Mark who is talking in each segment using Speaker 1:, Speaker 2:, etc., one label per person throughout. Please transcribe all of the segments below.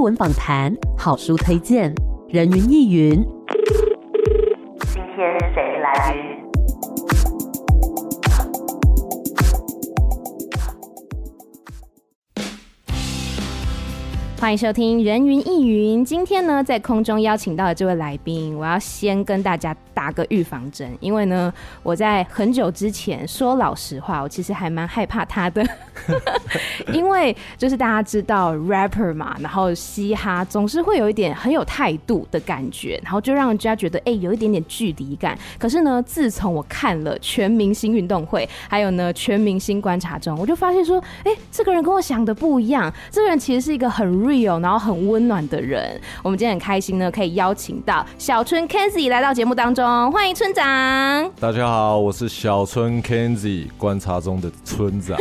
Speaker 1: 文访谈、好书推荐、人云亦云。
Speaker 2: 今天谁来云？
Speaker 3: 欢迎收听《人云亦云》。今天呢，在空中邀请到的这位来宾，我要先跟大家打个预防针，因为呢，我在很久之前说老实话，我其实还蛮害怕他的，因为就是大家知道 rapper 嘛，然后嘻哈总是会有一点很有态度的感觉，然后就让人家觉得哎、有一点点距离感。可是呢，自从我看了全明星运动会，还有呢全明星观察中，我就发现说，哎、这个人跟我想的不一样，这个人其实是一个很 real，然后很温暖的人。我们今天很开心呢，可以邀请到小春 Kenzie 来到节目当中，欢迎村长。
Speaker 4: 大家好，我是小春 Kenzie，观察中的村 长。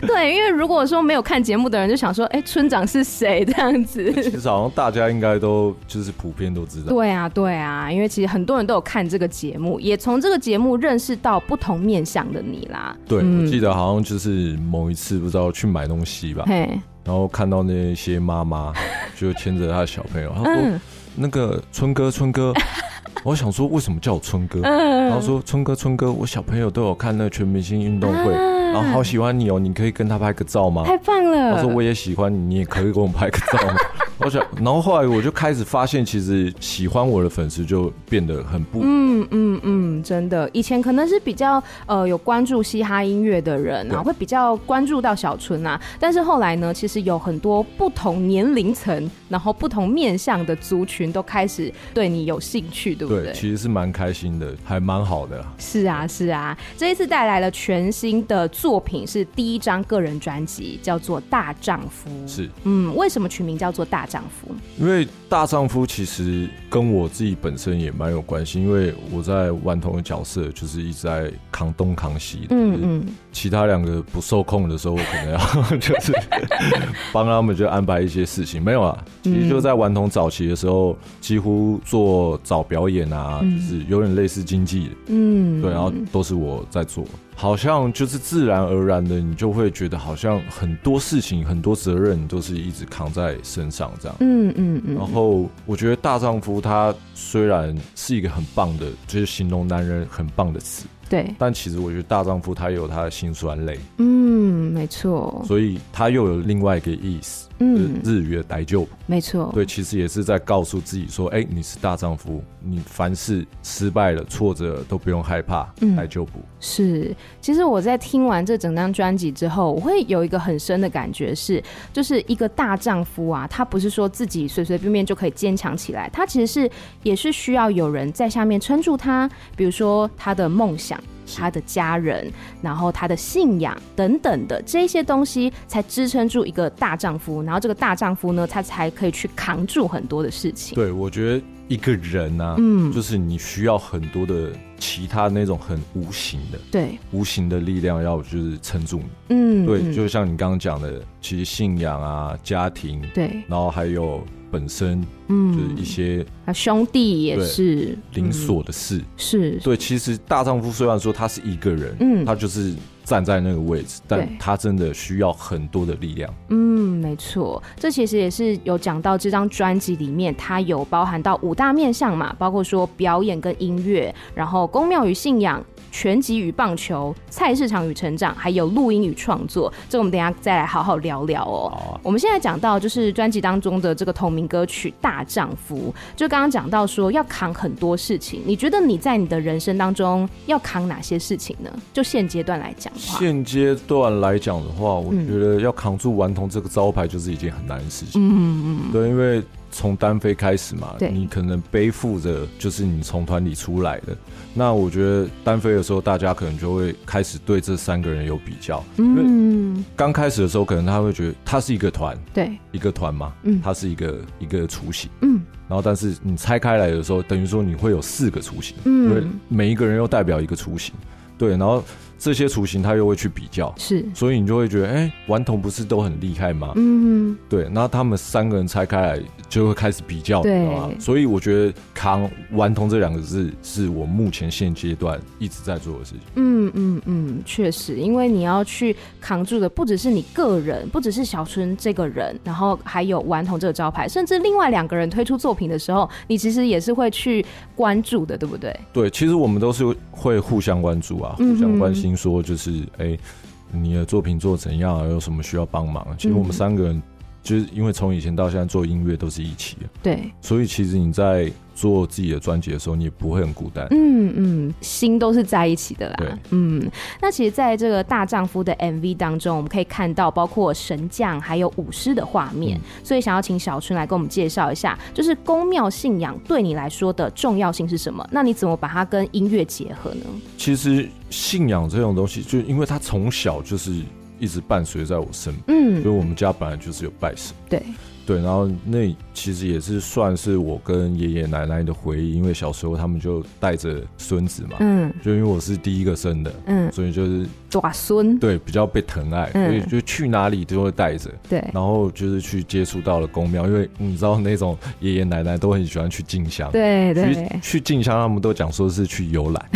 Speaker 3: 对，因为如果说没有看节目的人就想说，哎、村长是谁这样子？
Speaker 4: 其实好像大家应该都就是普遍都知道，
Speaker 3: 对啊，对啊，因为其实很多人都有看这个节目，也从这个节目认识到不同面向的你啦。嗯
Speaker 4: 对我记得好像就是某一次不知道去买东西吧，
Speaker 3: 嘿，
Speaker 4: 然后看到那些 妈妈就牵着她的小朋友，她说、哦
Speaker 3: 嗯
Speaker 4: 那个春哥 春哥，我想说为什么叫我春哥，
Speaker 3: 嗯
Speaker 4: 然后说春哥春哥，我小朋友都有看那个全明星运动会，
Speaker 3: 啊
Speaker 4: 然后好喜欢你哦，你可以跟他拍个照吗？
Speaker 3: 太棒了！
Speaker 4: 他说我也喜欢你，你也可以给我们拍个照 吗？我想，然后后来我就开始发现，其实喜欢我的粉丝就变得很不，
Speaker 3: 嗯嗯嗯，真的，以前可能是比较呃有关注嘻哈音乐的人啊，
Speaker 4: 对
Speaker 3: 会比较关注到小春啊，但是后来呢，其实有很多不同年龄层，然后不同面向的族群都开始对你有兴趣，对不对？
Speaker 4: 对，其实是蛮开心的，还蛮好的啦。
Speaker 3: 是啊，是啊，这一次带来了全新的作品，是第一张个人专辑，叫做《大丈夫》。
Speaker 4: 是
Speaker 3: 嗯，为什么取名叫做《大丈夫》？
Speaker 4: 因为大丈夫其实跟我自己本身也蛮有关系，因为我在顽童的角色就是一直在扛东扛西的，
Speaker 3: 嗯
Speaker 4: 嗯嗯，
Speaker 3: 嗯，
Speaker 4: 其他两个不受控的时候，我可能要 就是帮他们就安排一些事情，没有啊，
Speaker 3: 嗯
Speaker 4: 其实就在顽童早期的时候，几乎做早表演啊，就是有点类似经纪的。
Speaker 3: 嗯，
Speaker 4: 对，然后都是我在做，好像就是自然而然的，你就会觉得好像很多事情、很多责任你都是一直扛在身上这样。
Speaker 3: 嗯嗯嗯
Speaker 4: 然，后我觉得大丈夫他虽然是一个很棒的，就是形容男人很棒的词，
Speaker 3: 对，
Speaker 4: 但其实我觉得大丈夫他也有他的辛酸泪，
Speaker 3: 嗯，没错，
Speaker 4: 所以他又有另外一个意思，就是
Speaker 3: 嗯，
Speaker 4: 日语的呆就。
Speaker 3: 没错，
Speaker 4: 对，其实也是在告诉自己说，哎，你是大丈夫，你凡事失败了、挫折都不用害怕
Speaker 3: 嗯，
Speaker 4: 来就补。
Speaker 3: 是，其实我在听完这整张专辑之后，我会有一个很深的感觉是，就是一个大丈夫啊，他不是说自己随随便便就可以坚强起来，他其实是也是需要有人在下面撑住他，比如说他的梦想。他的家人，然后他的信仰等等的这些东西，才支撑住一个大丈夫。然后这个大丈夫呢，他才可以去扛住很多的事情。
Speaker 4: 对，我觉得一个人啊，
Speaker 3: 嗯
Speaker 4: 就是你需要很多的其他那种很无形的、
Speaker 3: 对，
Speaker 4: 无形的力量，要就是撑住你。
Speaker 3: 嗯，
Speaker 4: 对，
Speaker 3: 嗯
Speaker 4: 啊就像你刚刚讲的，其实信仰啊、家庭，
Speaker 3: 对，
Speaker 4: 然后还有本身就
Speaker 3: 嗯，
Speaker 4: 是一些
Speaker 3: 啊，兄弟也
Speaker 4: 对
Speaker 3: 是
Speaker 4: 零
Speaker 3: 嗯
Speaker 4: 琐的事。
Speaker 3: 是，
Speaker 4: 对，其实大丈夫虽然说他是一个人，
Speaker 3: 嗯
Speaker 4: 他就是站在那个位置，但
Speaker 3: 对
Speaker 4: 他真的需要很多的力量。
Speaker 3: 嗯，没错，这其实也是有讲到这张专辑里面，它有包含到五大面向嘛，包括说表演跟音乐，然后宫庙与信仰。拳击与棒球、菜市场与成长，还有录音与创作，这我们等一下再来好好聊聊哦。
Speaker 4: 好啊
Speaker 3: 我们现在讲到就是专辑当中的这个同名歌曲《大丈夫》，就刚刚讲到说要扛很多事情，你觉得你在你的人生当中要扛哪些事情呢？就现阶段来讲的话，
Speaker 4: 现阶段来讲的话，我
Speaker 3: 嗯
Speaker 4: 觉得要扛住顽童这个招牌就是一件很难的事
Speaker 3: 嗯嗯
Speaker 4: 情。
Speaker 3: 嗯，
Speaker 4: 对，因为从单飞开始嘛，
Speaker 3: 对
Speaker 4: 你可能背负着就是你从团里出来的。那我觉得单飞的时候，大家可能就会开始对这三个人有比较。因为
Speaker 3: 嗯，
Speaker 4: 刚开始的时候，可能他会觉得他是一个团，
Speaker 3: 对，
Speaker 4: 一个团嘛，
Speaker 3: 嗯
Speaker 4: 它是一个一个雏形。
Speaker 3: 嗯
Speaker 4: 然后，但是你拆开来的时候，等于说你会有四个雏形，因为
Speaker 3: 嗯，
Speaker 4: 每一个人又代表一个雏形。对，然后这些雏形他又会去比较，
Speaker 3: 是，
Speaker 4: 所以你就会觉得，哎、顽童不是都很厉害吗？
Speaker 3: 嗯
Speaker 4: 对，那他们三个人拆开来就会开始比较，
Speaker 3: 对
Speaker 4: 你知道吗？所以我觉得扛顽童这两个字是我目前现阶段一直在做的事情。
Speaker 3: 嗯嗯嗯，确实，因为你要去扛住的不只是你个人，不只是小春这个人，然后还有顽童这个招牌，甚至另外两个人推出作品的时候，你其实也是会去关注的，对不对？
Speaker 4: 对，其实我们都是会互相关注啊，
Speaker 3: 嗯哼
Speaker 4: 互相关心，说就是哎、你的作品做怎样啊，有什么需要帮忙？其实
Speaker 3: 嗯
Speaker 4: 我们三个人就是因为从以前到现在做音乐都是一起的，
Speaker 3: 对，
Speaker 4: 所以其实你在做自己的专辑的时候，你也不会很孤单。
Speaker 3: 嗯嗯，心都是在一起的
Speaker 4: 对
Speaker 3: 啦。嗯，那其实在这个大丈夫的 MV 当中，我们可以看到包括神将还有武师的画面，
Speaker 4: 嗯
Speaker 3: 所以想要请小春来跟我们介绍一下，就是宫庙信仰对你来说的重要性是什么？那你怎么把它跟音乐结合呢？
Speaker 4: 其实信仰这种东西，就因为它从小就是一直伴随在我身边，
Speaker 3: 嗯
Speaker 4: 因为，我们家本来就是有拜神。
Speaker 3: 对，
Speaker 4: 对，然后那其实也是算是我跟爷爷奶奶的回忆，因为小时候他们就带着孙子嘛，
Speaker 3: 嗯
Speaker 4: 就因为我是第一个生的，
Speaker 3: 嗯，
Speaker 4: 所以就是
Speaker 3: 短孙，
Speaker 4: 对比较被疼爱，
Speaker 3: 嗯
Speaker 4: 所以就去哪里都会带着，
Speaker 3: 对
Speaker 4: 然后就是去接触到了公庙，因为你知道那种爷爷奶奶都很喜欢去进香，
Speaker 3: 对
Speaker 4: 去
Speaker 3: 对
Speaker 4: 去进香他们都讲说是去游览，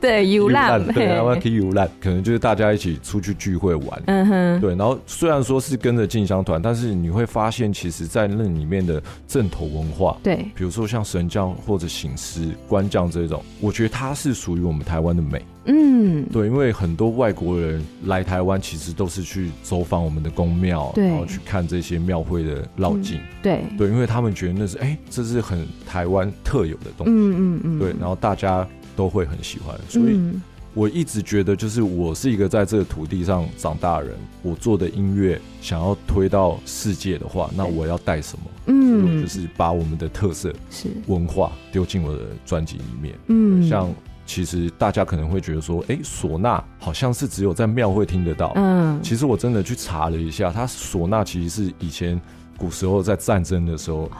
Speaker 3: 对， 游览，
Speaker 4: 对，他们
Speaker 3: 嘿
Speaker 4: 可以游览，可能就是大家一起出去聚会玩。
Speaker 3: 嗯哼，
Speaker 4: 对，然后虽然说是跟着进香团，但是你会发现，其实，在那里面的正统文化，
Speaker 3: 对，
Speaker 4: 比如说像神将或者醒狮、官将这种，我觉得它是属于我们台湾的美。
Speaker 3: 嗯，
Speaker 4: 对，因为很多外国人来台湾，其实都是去走访我们的宫庙，
Speaker 3: 对嗯
Speaker 4: 然后去看这些庙会的绕境。
Speaker 3: 对，
Speaker 4: 对，因为他们觉得那是哎、这是很台湾特有的东西。
Speaker 3: 嗯嗯嗯，
Speaker 4: 对，然后大家都会很喜欢，所以
Speaker 3: 嗯
Speaker 4: 我一直觉得，就是我是一个在这个土地上长大的人，我做的音乐想要推到世界的话，那
Speaker 3: 对
Speaker 4: 我要带什么？
Speaker 3: 嗯
Speaker 4: 就是把我们的特色
Speaker 3: 是，
Speaker 4: 文化丢进我的专辑里面。
Speaker 3: 嗯，
Speaker 4: 像其实大家可能会觉得说，哎、唢呐好像是只有在庙会听得到。
Speaker 3: 嗯，
Speaker 4: 其实我真的去查了一下，它唢呐其实是以前古时候在战争的时候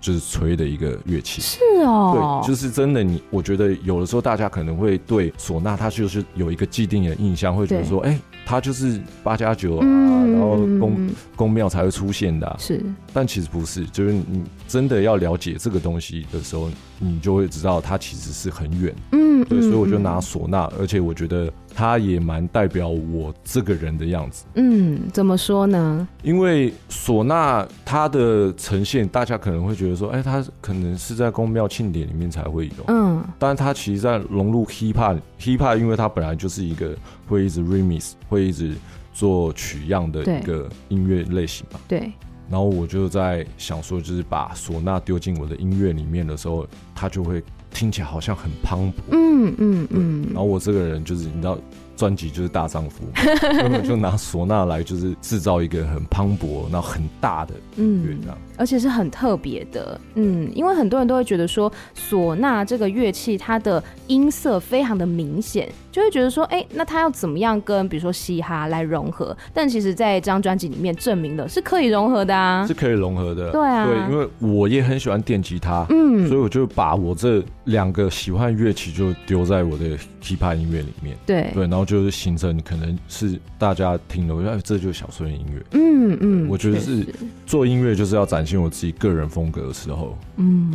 Speaker 4: 就是吹的一个乐器。
Speaker 3: 哦是哦，
Speaker 4: 对，就是是真的你，我觉得有的时候大家可能会对唢呐，它就是有一个既定的印象，会觉得说，哎、它就是八加九啊，
Speaker 3: 嗯
Speaker 4: 然后
Speaker 3: 嗯
Speaker 4: 宫
Speaker 3: 嗯
Speaker 4: 宫庙才会出现的啊、
Speaker 3: 是，
Speaker 4: 但其实不是，就是你真的要了解这个东西的时候，你就会知道它其实是很远。
Speaker 3: 嗯，
Speaker 4: 对，
Speaker 3: 嗯
Speaker 4: 所以我就拿
Speaker 3: 嗯
Speaker 4: 唢呐，而且我觉得它也蛮代表我这个人的样子。
Speaker 3: 嗯，怎么说呢？
Speaker 4: 因为唢呐它的呈现，大家可能会觉得说，哎、它可能是在宫庙庆典里面才会有，
Speaker 3: 嗯，
Speaker 4: 但是它其实在融入 hip hop hip hop，因为它本来就是一个会一直 remix，会一直做取样的
Speaker 3: 对
Speaker 4: 一个音乐类型嘛。
Speaker 3: 对，
Speaker 4: 然后我就在想说，就是把唢呐丢进我的音乐里面的时候，它就会听起来好像很磅礴。
Speaker 3: 嗯嗯嗯，
Speaker 4: 然后我这个人就是你知道，专辑就是大丈夫，所以 我就拿唢呐来就是制造一个很磅礴，然后很大的音乐
Speaker 3: 嗯
Speaker 4: 这样。
Speaker 3: 而且是很特别的，嗯，因为很多人都会觉得说唢呐这个乐器它的音色非常的明显，就会觉得说，哎、那它要怎么样跟比如说嘻哈来融合？但其实在这张专辑里面证明了是可以融合的啊
Speaker 4: 是，可以融合的，
Speaker 3: 对啊
Speaker 4: 对，因为我也很喜欢电吉他，
Speaker 3: 嗯
Speaker 4: 所以我就把我这两个喜欢乐器就丢在我的 hip hop 音乐里面，
Speaker 3: 对，
Speaker 4: 对，然后就是形成可能是大家听了，我觉得哎这就是小孙的音乐。
Speaker 3: 嗯嗯，
Speaker 4: 我觉得
Speaker 3: 确
Speaker 4: 是
Speaker 3: 实
Speaker 4: 做音乐就是要展现我自己个人风格的时候，
Speaker 3: 嗯，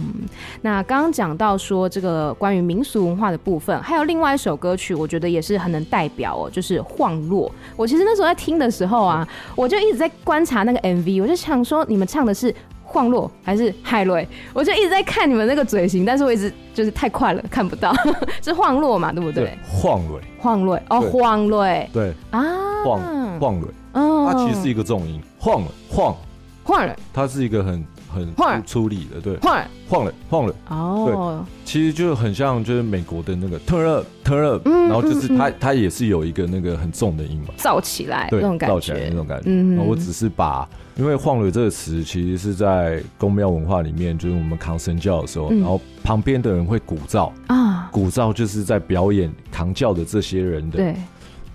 Speaker 3: 那刚刚讲到说这个关于民俗文化的部分，还有另外一首歌曲，我觉得也是很能代表哦，就是《晃落》。我其实那时候在听的时候啊，
Speaker 4: 嗯
Speaker 3: 我就一直在观察那个 MV，我就想说你们唱的是。晃落还是海瑞，我就一直在看你们那个嘴型，但是我一直就是太快了， 看不到，是晃落嘛，对不对？，
Speaker 4: 晃蕊，
Speaker 3: 晃落哦，
Speaker 4: 对
Speaker 3: 晃落啊，
Speaker 4: 对，晃晃蕊，
Speaker 3: 嗯，
Speaker 4: 它其实是一个重音，晃了晃，
Speaker 3: 晃了
Speaker 4: 它是一个很很
Speaker 3: 晃
Speaker 4: 粗粗力的，对，
Speaker 3: 晃了
Speaker 4: 晃了晃了，
Speaker 3: 哦，
Speaker 4: 其实就很像就是美国的那个 turn up turn up，
Speaker 3: 嗯
Speaker 4: 然后就是
Speaker 3: 嗯嗯
Speaker 4: 它它也是有一个那个很重的音嘛，
Speaker 3: 燥起来那
Speaker 4: 对
Speaker 3: 种，感
Speaker 4: 造起来
Speaker 3: 觉
Speaker 4: 那，种感觉。
Speaker 3: 嗯
Speaker 4: 然后我只是把，因为“晃蕊”这个词其实是在宫庙文化里面，就是我们扛神教的时候，
Speaker 3: 嗯
Speaker 4: 然后旁边的人会鼓噪，
Speaker 3: 啊，
Speaker 4: 鼓噪就是在表演扛教的这些人的
Speaker 3: 对，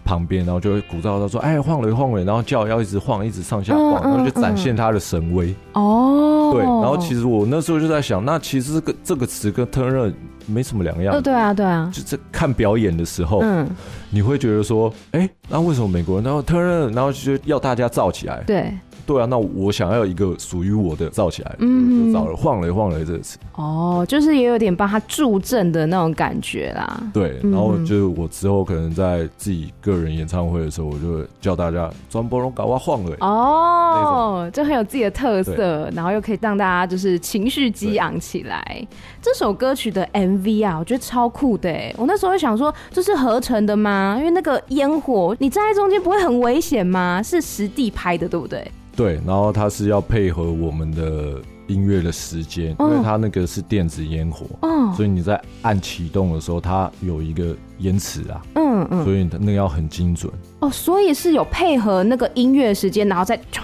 Speaker 4: 旁边，然后就会鼓噪他说：“哎，晃蕊晃蕊！”然后教要一直晃，一直上下晃，
Speaker 3: 嗯嗯
Speaker 4: 然后就展现他的神威。
Speaker 3: 哦，哦，
Speaker 4: 对，然后其实我那时候就在想，那其实这个这个词跟 turn on 没什么两样
Speaker 3: 哦，。对啊，对啊，
Speaker 4: 就在看表演的时候，
Speaker 3: 嗯，
Speaker 4: 你会觉得说，哎、那为什么美国人然后 turn on，然后就要大家燥起来？
Speaker 3: 对，
Speaker 4: 对啊，那我想要一个属于我的燥起来，
Speaker 3: 嗯
Speaker 4: 嗯，就找了晃了晃了这个词，
Speaker 3: 哦，就是也有点帮他助阵的那种感觉啦。
Speaker 4: 对，
Speaker 3: 嗯
Speaker 4: 然后就是我之后可能在自己个人演唱会的时候，我就会叫大家专波龙搞哇晃了、
Speaker 3: 哦，就很有自己的特色，然后又可以让大家就是情绪激昂起来。这首歌曲的 MV 啊，我觉得超酷的欸。我那时候就想说，这是合成的吗？因为那个烟火，你站在中间不会很危险吗？是实地拍的，对不对？
Speaker 4: 对，然后它是要配合我们的音乐的时间，因
Speaker 3: 哦
Speaker 4: 为它那个是电子烟火，
Speaker 3: 哦，
Speaker 4: 所以你在按启动的时候，它有一个延迟啊，
Speaker 3: 嗯嗯，
Speaker 4: 所以那个要很精准，
Speaker 3: 哦，所以是有配合那个音乐时间，然后再这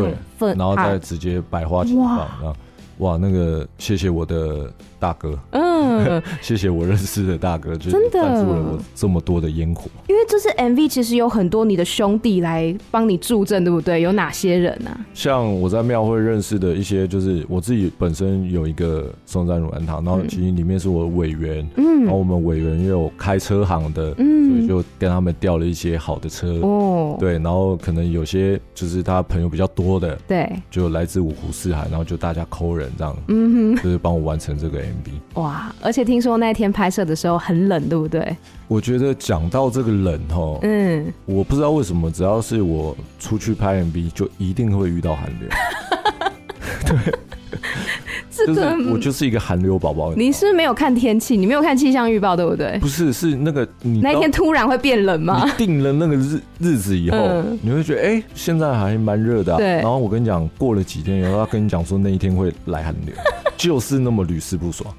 Speaker 3: 样
Speaker 4: 对
Speaker 3: 分，
Speaker 4: 然后
Speaker 3: 啊
Speaker 4: 再直接百花齐放，然后哇，那个谢谢我的大哥，
Speaker 3: 嗯，
Speaker 4: 谢谢我认识的大哥，就是
Speaker 3: 真的
Speaker 4: 赞助了我这么多的烟火。
Speaker 3: 因为这次 MV 其实有很多你的兄弟来帮你助阵，对不对？有哪些人啊？
Speaker 4: 像我在庙会认识的一些，就是我自己本身有一个松山乳安堂，然后其实里面是我的委员，然后
Speaker 3: 嗯，
Speaker 4: 我们委员也有开车行的，
Speaker 3: 嗯
Speaker 4: 哦所以就跟他们调了一些好的车，
Speaker 3: 哦，
Speaker 4: 对，然后可能有些就是他朋友比较多的，
Speaker 3: 对，
Speaker 4: 就来自五湖四海，然后就大家抠人这样，
Speaker 3: 嗯
Speaker 4: 就是帮我完成这个 MV。
Speaker 3: 哼，哇！而且听说那天拍摄的时候很冷，对不对？
Speaker 4: 我觉得讲到这个冷哦，
Speaker 3: 嗯，
Speaker 4: 我不知道为什么，只要是我出去拍 MV，就一定会遇到寒 流。
Speaker 3: 这
Speaker 4: 就是
Speaker 3: 个
Speaker 4: 我就是一个寒流宝宝。
Speaker 3: 你是不是没有看天气，你没有看气象预报，对不对？
Speaker 4: 不是是那个你
Speaker 3: 那一天突然会变冷吗
Speaker 4: 你？定了那个日日子以后，
Speaker 3: 嗯
Speaker 4: 你会觉得哎、诶现在还蛮热的、啊。
Speaker 3: 对
Speaker 4: 然后我跟你讲，过了几天以后，他跟你讲说那一天会来寒 流，就是那么屡试不爽。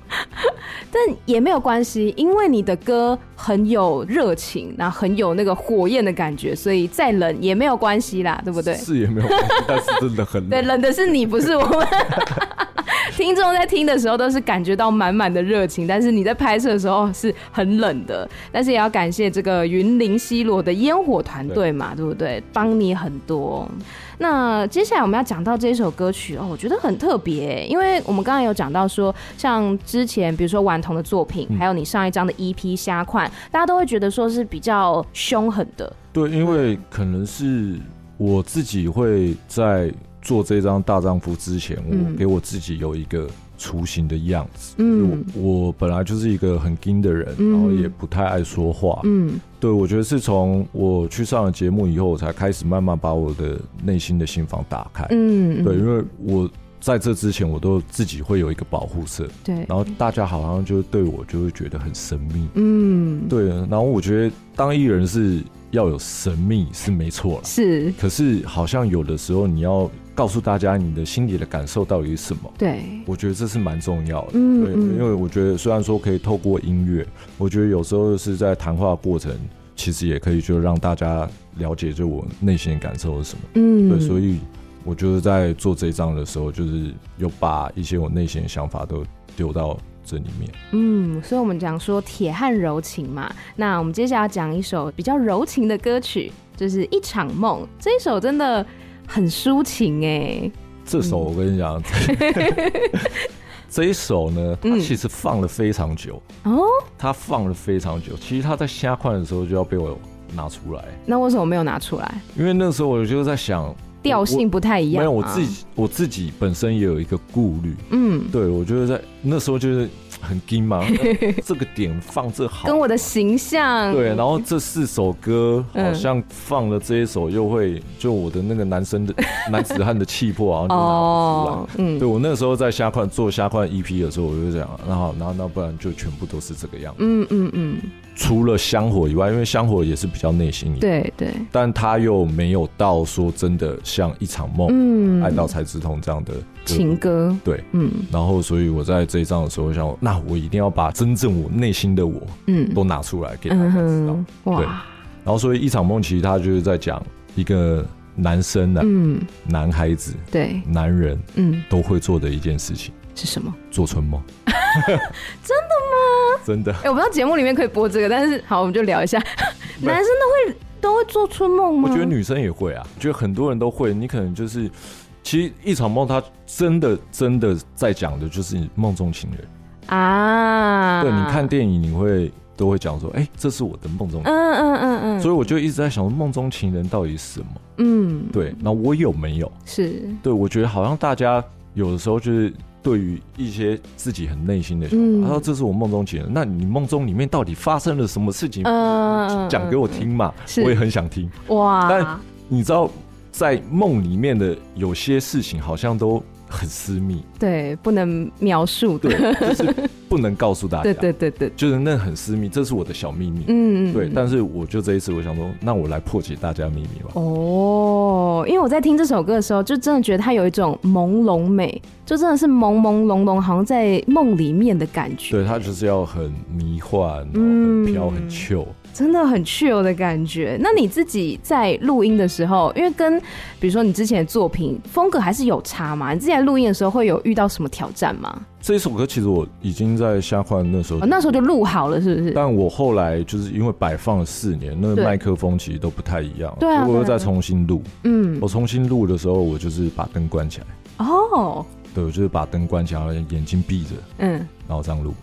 Speaker 3: 但也没有关系，因为你的歌很有热情，然后很有那个火焰的感觉，所以再冷也没有关系啦，对不对？
Speaker 4: 是也没有关系，但是真 的很
Speaker 3: 对，
Speaker 4: 冷。
Speaker 3: 冷的是你，不是我们。嗯 听众在听的时候都是感觉到满满的热情，但是你在拍摄的时候是很冷的。但是也要感谢这个云林西罗的烟火团队嘛，对不对？帮你很多。那接下来我们要讲到这首歌曲哦，我觉得很特别，因为我们刚才有讲到说，像之前比如说顽童的作品，还有你上一张的 E EP《虾款》，大家都会觉得说是比较凶狠的，
Speaker 4: 对，因为可能是我自己会在做这张大丈夫之前，
Speaker 3: 嗯
Speaker 4: 我给我自己有一个雏形的样子。
Speaker 3: 嗯
Speaker 4: 我我本来就是一个很硬的人，
Speaker 3: 嗯
Speaker 4: 然后也不太爱说话。
Speaker 3: 嗯
Speaker 4: 对，我觉得是从我去上了节目以后，我才开始慢慢把我的内心的心房打开。
Speaker 3: 嗯，
Speaker 4: 对，因为我在这之前，我都自己会有一个保护色，
Speaker 3: 对，
Speaker 4: 然后大家好像就对我就会觉得很神秘。
Speaker 3: 嗯，
Speaker 4: 对，然后我觉得当艺人是要有神秘是没错了，
Speaker 3: 是。
Speaker 4: 可是好像有的时候你要告诉大家你的心里的感受到底是什么，
Speaker 3: 对，
Speaker 4: 我觉得这是蛮重要的。
Speaker 3: 嗯
Speaker 4: 对，
Speaker 3: 嗯
Speaker 4: 因为我觉得虽然说可以透过音乐，我觉得有时候是在谈话过程，其实也可以就让大家了解就我内心的感受是什么。
Speaker 3: 嗯
Speaker 4: 对，所以我就是在做这一章的时候，就是有把一些我内心的想法都丢到这里面。
Speaker 3: 嗯，所以我们讲说铁汉柔情嘛，那我们接下来要讲一首比较柔情的歌曲，就是《一场梦》这一首真的很抒情哎、
Speaker 4: 这首我跟你讲，这一首呢，它
Speaker 3: 嗯
Speaker 4: 其实放了非常久，
Speaker 3: 哦，
Speaker 4: 它放了非常久。其实它在下块的时候就要被我拿出来，
Speaker 3: 那为什么没有拿出来？
Speaker 4: 因为那时候我就在想
Speaker 3: 调性。不太一样、啊。
Speaker 4: 我没有，我自，己我自己本身也有一个顾虑，
Speaker 3: 嗯，
Speaker 4: 对我就是在那时候就是很惊 嘛，这个点放这好，
Speaker 3: 跟我的形象，
Speaker 4: 对，然后这四首歌
Speaker 3: 嗯
Speaker 4: 好像放了这一首，又会就我的那个男生的男子汉的气魄，好像就拿不出来。
Speaker 3: 哦，嗯
Speaker 4: 对，我那时候在虾块做虾块 EP 的时候，我就想，那好，那那不然就全部都是这个样子，
Speaker 3: 嗯嗯嗯，
Speaker 4: 除了香火以外，因为香火也是比较内心一点，
Speaker 3: 对对，
Speaker 4: 但他又没有到说真的像一场梦、
Speaker 3: 嗯，
Speaker 4: 爱到才知痛这样的歌
Speaker 3: 情。歌，
Speaker 4: 对，
Speaker 3: 嗯
Speaker 4: 然后所以我在这一章的时候，我想，那我一定要把真正我内心的我
Speaker 3: 嗯
Speaker 4: 都拿出来给大家
Speaker 3: 嗯
Speaker 4: 知道。
Speaker 3: 哼，
Speaker 4: 对
Speaker 3: 哇，
Speaker 4: 然后所以一场梦其实他就是在讲一个男生呢、啊，
Speaker 3: 嗯
Speaker 4: 男孩子、
Speaker 3: 对，
Speaker 4: 男人
Speaker 3: 嗯
Speaker 4: 都会做的一件事情，
Speaker 3: 是什么？
Speaker 4: 做 春梦。 真的吗？真的
Speaker 3: 哎、。我不知道节目里面可以播这个，但是好，我们就聊一下。
Speaker 4: 没有
Speaker 3: 男生都会都会做春梦吗？
Speaker 4: 我觉得女生也会啊，我觉得很多人都会。你可能就是其实一场梦，它真的真的在讲的就是你梦中情人。
Speaker 3: 啊，
Speaker 4: 对，你看，电影你会都会讲说，哎、这是我的梦中情人。
Speaker 3: 嗯嗯嗯嗯，
Speaker 4: 所以我就一直在想，梦中情人到底是什么？
Speaker 3: 嗯，
Speaker 4: 对，那我有没有？
Speaker 3: 是，
Speaker 4: 对，我觉得好像大家有的时候就是对于一些自己很内心的想
Speaker 3: 嗯
Speaker 4: 法，他说这是我梦中情人，那你梦中里面到底发生了什么事情？
Speaker 3: 嗯，
Speaker 4: 讲给我听嘛，
Speaker 3: 是
Speaker 4: 我也很想听。
Speaker 3: 哇
Speaker 4: 但，你知道，在梦里面的有些事情好像都很私密，
Speaker 3: 对，不能描述的，
Speaker 4: 对，就是不能告诉大家，
Speaker 3: 对对对对，
Speaker 4: 就是那很私密，这是我的小秘密。
Speaker 3: 嗯，嗯
Speaker 4: 对，
Speaker 3: 嗯
Speaker 4: 但是我就这一次，我想说，那我来破解大家秘密吧。
Speaker 3: 哦，因为我在听这首歌的时候，就真的觉得它有一种朦胧美，就真的是朦朦胧胧，好像在梦里面的感觉，
Speaker 4: 对，它就是要很迷幻，然后
Speaker 3: 嗯
Speaker 4: 很飘，很 chill。
Speaker 3: 真的很 chill 的感觉。那你自己在录音的时候，因为跟比如说你之前的作品风格还是有差嘛，你之前在录音的时候会有遇到什么挑战吗？
Speaker 4: 这一首歌其实我已经在瞎换那时候
Speaker 3: 哦，，那时候就录好了，是不是？
Speaker 4: 但我后来就是因为摆放了四年，那
Speaker 3: 对
Speaker 4: 麦克风其实都不太一样，
Speaker 3: 对啊
Speaker 4: 所以我又
Speaker 3: 对啊
Speaker 4: 再重新录。
Speaker 3: 嗯，
Speaker 4: 我重新录的时候，我就是把灯关起来，
Speaker 3: 哦，
Speaker 4: 对，我就是把灯关起来，眼睛闭着，
Speaker 3: 嗯，
Speaker 4: 然后这样录。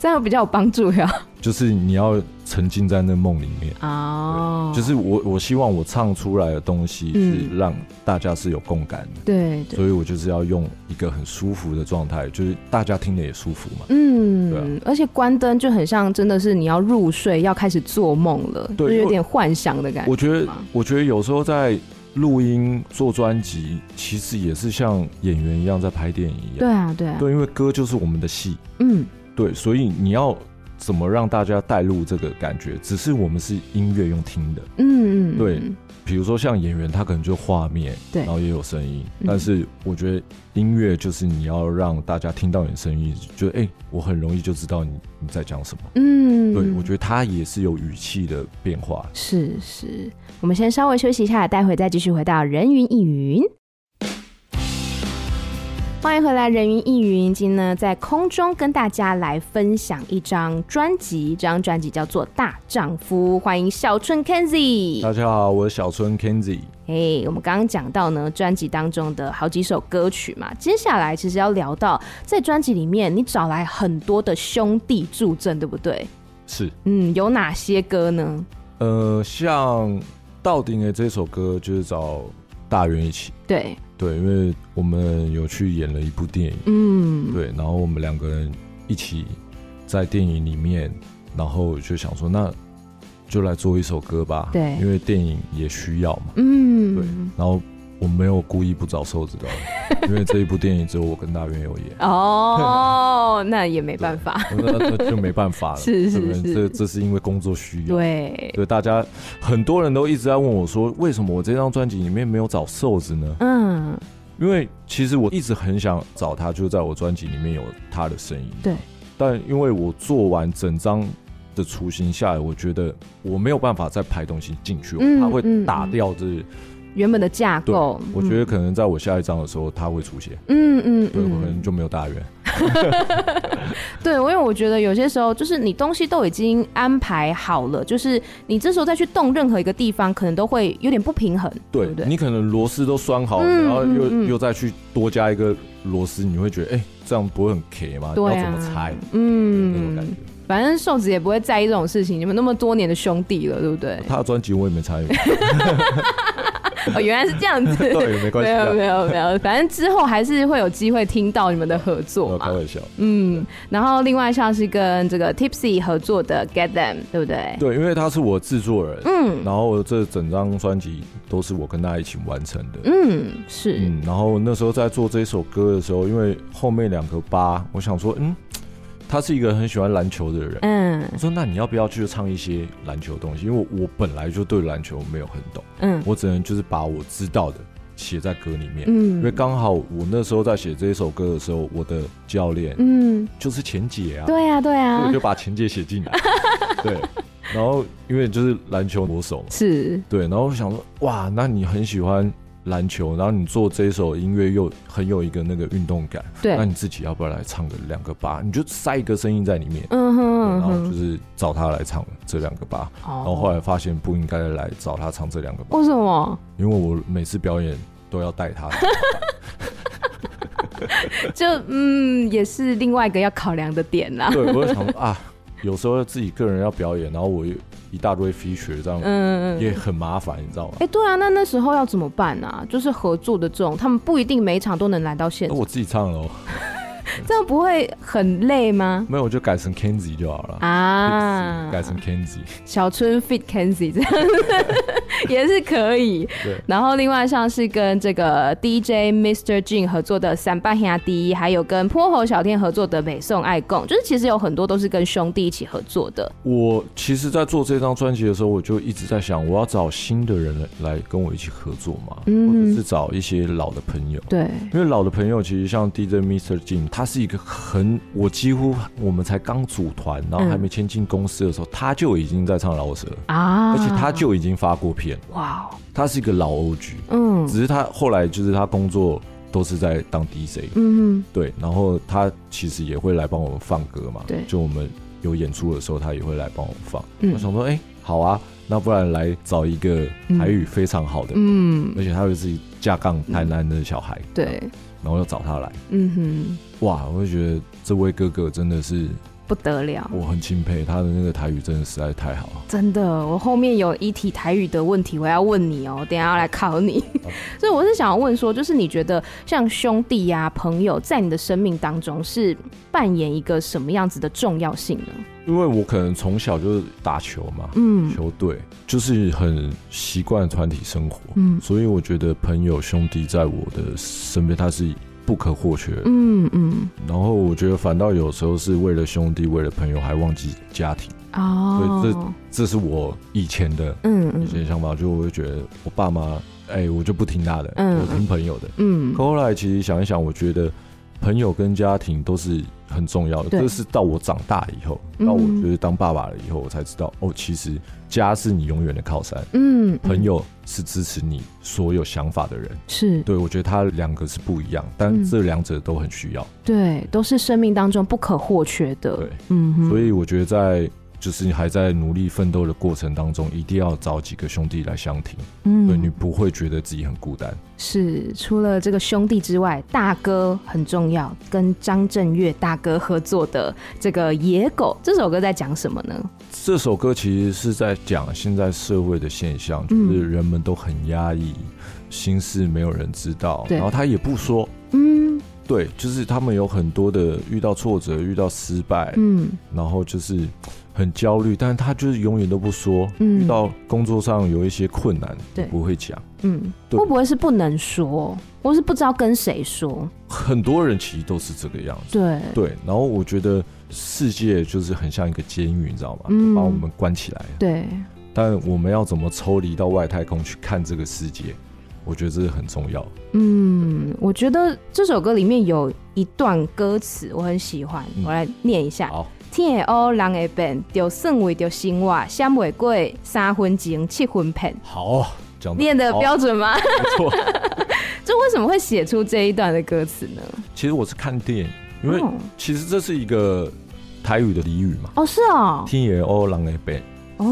Speaker 3: 这样比较有帮助呀。
Speaker 4: 就是你要沉浸在那梦里面，
Speaker 3: 哦，
Speaker 4: 就是我我希望我唱出来的东西
Speaker 3: 嗯
Speaker 4: 是让大家是有共感的，
Speaker 3: 对对。
Speaker 4: 所以我就是要用一个很舒服的状态，就是大家听的也舒服嘛。对啊
Speaker 3: 嗯，而且关灯就很像，真的是你要入睡，要开始做梦了，
Speaker 4: 对
Speaker 3: 就
Speaker 4: 因
Speaker 3: 有
Speaker 4: 为
Speaker 3: 点幻想的感觉。
Speaker 4: 我觉得
Speaker 3: 吗，
Speaker 4: 我觉得有时候在录音做专辑，其实也是像演员一样在拍电影一样。
Speaker 3: 对啊，对啊，
Speaker 4: 因为歌就是我们的戏，
Speaker 3: 嗯，
Speaker 4: 对，所以你要怎么让大家带入这个感觉？只是我们是音乐用听的，
Speaker 3: 嗯嗯，
Speaker 4: 对
Speaker 3: 嗯
Speaker 4: 比如说像演员，他可能就画面，
Speaker 3: 对
Speaker 4: 然后也有声音
Speaker 3: 嗯，
Speaker 4: 但是我觉得音乐就是你要让大家听到你的声音，觉得哎、我很容易就知道你你在讲什么。
Speaker 3: 嗯，
Speaker 4: 对，我
Speaker 3: 得
Speaker 4: 觉得它也是有语气的变化。
Speaker 3: 是是。我们先稍微休息一下，待会再继续回到人云亦云。欢迎回来，人云亦云。今天呢，在空中跟大家来分享一张专辑，这张专辑叫做《大丈夫》。欢迎小春 Kenzie。
Speaker 4: 大家好，我是小春 Kenzie。
Speaker 3: 哎，我们刚刚讲到呢，专辑当中的好几首歌曲嘛，接下来其实要聊到在专辑里面，你找来很多的兄弟助阵，对不对？
Speaker 4: 是，
Speaker 3: 嗯，有哪些歌呢？
Speaker 4: 呃，像《到顶》的这首歌就是找大元一起，
Speaker 3: 对，
Speaker 4: 对，因为我们有去演了一部电影，
Speaker 3: 嗯，
Speaker 4: 对，然后我们两个人一起在电影里面，然后我就想说，那就来做一首歌吧，
Speaker 3: 对
Speaker 4: 因为电影也需要嘛，
Speaker 3: 嗯，
Speaker 4: 对，然后我没有故意不找瘦子 的，因为这一部电影只有我跟大元有演。
Speaker 3: 哦，那也没办 法，
Speaker 4: 那那就没办法了，
Speaker 3: 是是
Speaker 4: 对不对
Speaker 3: 是
Speaker 4: 这这是因为工作需要，
Speaker 3: 对，
Speaker 4: 对，大家很多人都一直在问我说，为什么我这张专辑里面没有找瘦子呢？
Speaker 3: 嗯，
Speaker 4: 因为其实我一直很想找他，就在我专辑里面有他的声音。
Speaker 3: 对，
Speaker 4: 但因为我做完整张的雏形下来，我觉得我没有办法再排东西进去，
Speaker 3: 嗯
Speaker 4: 他会
Speaker 3: 嗯
Speaker 4: 打
Speaker 3: 嗯
Speaker 4: 掉这。
Speaker 3: 原本的架
Speaker 4: 对
Speaker 3: 构，，
Speaker 4: 我觉得可能在我下一张的时候他会出现，
Speaker 3: 嗯，嗯嗯
Speaker 4: 对，我可能
Speaker 3: 嗯，
Speaker 4: 就没有大圆。
Speaker 3: 对，因为我觉得有些时候就是你东西都已经安排好了，就是你这时候再去动任何一个地方，可能都会有点不平衡，对
Speaker 4: 对
Speaker 3: 不对？
Speaker 4: 你可能螺丝都拴好，
Speaker 3: 嗯
Speaker 4: 然后又、
Speaker 3: 嗯嗯
Speaker 4: 又再去多加一个螺丝，你会觉得哎、这样不会很 K 吗？
Speaker 3: 对
Speaker 4: 要
Speaker 3: 啊
Speaker 4: 怎么拆？那种感
Speaker 3: 嗯
Speaker 4: 觉，。
Speaker 3: 反正瘦子也不会在意这种事情，你们那么多年的兄弟了，对不 对？
Speaker 4: 他的专辑我也没参与，
Speaker 3: 哦，原来是这样子，
Speaker 4: 对，没关
Speaker 3: 没
Speaker 4: 系
Speaker 3: 有
Speaker 4: 啊，
Speaker 3: 没有没有，反正之后还是会有机会听到你们的合
Speaker 4: 我
Speaker 3: 作
Speaker 4: 开
Speaker 3: 嘛。
Speaker 4: 玩笑。
Speaker 3: 嗯，然后另外像是跟这个 Tipsy 合作的 Get Them，对不对？
Speaker 4: 对，因为他是我制作人，
Speaker 3: 嗯
Speaker 4: 然后这整张专辑都是我跟他一起完成的。
Speaker 3: 嗯，是
Speaker 4: 嗯，然后那时候在做这首歌的时候，因为后面两个八，我想说，嗯，他是一个很喜欢篮球的人，
Speaker 3: 嗯
Speaker 4: 我说那你要不要去唱一些篮球的东西？因为我我本来就对篮球没有很懂，
Speaker 3: 嗯
Speaker 4: 我只能就是把我知道的写在歌里面。因为
Speaker 3: 嗯
Speaker 4: 刚好我那时候在写这一首歌的时候，我的教练
Speaker 3: 嗯，
Speaker 4: 就是钱姐啊，
Speaker 3: 对呀对
Speaker 4: 所以我
Speaker 3: 呀，
Speaker 4: 就把钱姐写进 来。对，然后因为就是篮球国手嘛，
Speaker 3: 是
Speaker 4: 对，然后我想说，哇，那你很喜欢篮球，然后你做这一首音乐又很有一个那个运动感，
Speaker 3: 对
Speaker 4: 那，你自己要不要来唱个两个八？你就塞一个声音在里面，
Speaker 3: 嗯哼
Speaker 4: 对
Speaker 3: 嗯
Speaker 4: 然后就
Speaker 3: 哼，
Speaker 4: 是找他来唱这两个八。然后后
Speaker 3: 哦，
Speaker 4: 来发现不应该来找他唱这两个八，
Speaker 3: 为什么？
Speaker 4: 因为我每次表演都要带 他。
Speaker 3: 就嗯，也是另外一个要考量的点啦。
Speaker 4: 对，我就想说啊，有时候自己个人要表演，然后我又一大堆 feature 这样，
Speaker 3: 嗯，
Speaker 4: 也很麻烦，你 知道吗？
Speaker 3: 哎、对啊，那那时候要怎么办啊？就是合作的这种，他们不一定每一场都能来到现
Speaker 4: 那
Speaker 3: 场，
Speaker 4: 我自己唱喽，
Speaker 3: 这样不会很累吗？
Speaker 4: 没有我就改成 Kenzie 就好了。
Speaker 3: 啊，
Speaker 4: 改成 Kenzie，
Speaker 3: 小春 fit Kenzie 这样子 也是可以。
Speaker 4: 对，
Speaker 3: 然后另外像是跟这个 DJ Mr. Jin 合作的《三八兄弟》，还有跟泼猴小天合作的《北宋爱共》，就是其实有很多都是跟兄弟一起合作的。
Speaker 4: 我其实，在做这张专辑的时候，我就一直在想，我要找新的人来来跟我一起合作嘛，
Speaker 3: 嗯
Speaker 4: 或者是找一些老的朋友。
Speaker 3: 对，
Speaker 4: 因为老的朋友其实像 DJ Mr. Jin，他是一个很我几乎我们才刚组团，然后还没签进公司的时候，他就已经在唱老舌，
Speaker 3: 啊，
Speaker 4: 而且他就已经发过片，
Speaker 3: 哇哦，
Speaker 4: 他是一个老 OG，
Speaker 3: 嗯
Speaker 4: 只是他后来就是他工作都是在当 DJ，
Speaker 3: 嗯
Speaker 4: 对，然后他其实也会来帮我们放歌嘛，
Speaker 3: 对
Speaker 4: 就我们有演出的时候，他也会来帮我们放。
Speaker 3: 嗯
Speaker 4: 我想说，哎、好啊，那不然来找一个台语非常好的，
Speaker 3: 嗯，
Speaker 4: 而且他又是架杠台南的小孩，这样
Speaker 3: 对，
Speaker 4: 然后又找他来。
Speaker 3: 嗯哼，
Speaker 4: 哇，我就觉得这位哥哥真的是
Speaker 3: 不得了。
Speaker 4: 我很钦佩，他的那个台语真的实在太好了。
Speaker 3: 真的，我后面有一题台语的问题，我要问你哦、等一下要来考你。 所以我是想要问说，就是你觉得像兄弟呀、朋友，在你的生命当中是扮演一个什么样子的重要性呢？
Speaker 4: 因为我可能从小就是打球嘛，
Speaker 3: 嗯
Speaker 4: 球队就是很习惯团体生活，
Speaker 3: 嗯
Speaker 4: 所以我觉得朋友兄弟在我的身边，他是不可或缺的。
Speaker 3: 嗯嗯，
Speaker 4: 然后我觉得反倒有时候是为了兄弟，为了朋友还忘记家庭，对
Speaker 3: 哦，
Speaker 4: 这是我以前的
Speaker 3: 嗯
Speaker 4: 一
Speaker 3: 嗯
Speaker 4: 些想法，就我会觉得我爸妈，哎、我就不听他的，
Speaker 3: 嗯
Speaker 4: 我听朋友的。
Speaker 3: 嗯
Speaker 4: 可，后来其实想一想，我觉得朋友跟家庭都是很重要的，
Speaker 3: 对
Speaker 4: 这是到我长大以后，
Speaker 3: 嗯
Speaker 4: 到我就是当爸爸了以后，我才知道哦，其实家是你永远的靠山，
Speaker 3: 嗯，嗯
Speaker 4: 朋友是支持你所有想法的人。
Speaker 3: 是
Speaker 4: 对，我觉得他两个是不一样，但
Speaker 3: 嗯
Speaker 4: 这两者都很需要。
Speaker 3: 对，都是生命当中不可或缺的。
Speaker 4: 对，
Speaker 3: 嗯哼，
Speaker 4: 所以我觉得在就是你还在努力奋斗的过程当中，一定要找几个兄弟来相挺，对你
Speaker 3: 嗯，
Speaker 4: 不会觉得自己很孤单。
Speaker 3: 是除了这个兄弟之外，大哥很重要，跟张震岳大哥合作的这个《野狗》这首歌在讲什么呢？
Speaker 4: 这首歌其实是在讲现在社会的现象，就
Speaker 3: 嗯
Speaker 4: 是人们都很压抑，心事没有人知道，
Speaker 3: 对
Speaker 4: 然后他也不说。
Speaker 3: 嗯
Speaker 4: 对，就是他们有很多的遇到挫折、遇到失败，
Speaker 3: 嗯
Speaker 4: 然后就是很焦虑，但是他就是永远都不说。
Speaker 3: 嗯
Speaker 4: 遇到工作上有一些困难，
Speaker 3: 对
Speaker 4: 不会讲。
Speaker 3: 嗯，
Speaker 4: 对
Speaker 3: 会不会是不能说，或是不知道跟谁说？
Speaker 4: 很多人其实都是这个样子。
Speaker 3: 对，
Speaker 4: 对，然后我觉得世界就是很像一个监狱，你知道吗？
Speaker 3: 嗯
Speaker 4: 把我们关起来，
Speaker 3: 对，
Speaker 4: 但我们要怎么抽离到外太空去看这个世界？我觉得这是很重要。
Speaker 3: 嗯，我觉得这首歌里面有一段歌词我很喜欢，
Speaker 4: 嗯
Speaker 3: 我来念一下。
Speaker 4: 好，
Speaker 3: 天会黑，人会变，就算为着生活，闪袂过三分情，七分骗。
Speaker 4: 好，哦讲得
Speaker 3: 念的
Speaker 4: 好
Speaker 3: 标准吗？
Speaker 4: 不错。
Speaker 3: 这为什么会写出这一段的歌词呢？
Speaker 4: 其实我是看电影，因为
Speaker 3: 哦
Speaker 4: 其实这是一个台语的俚语嘛。
Speaker 3: 哦，是哦，
Speaker 4: 天也欧狼也北，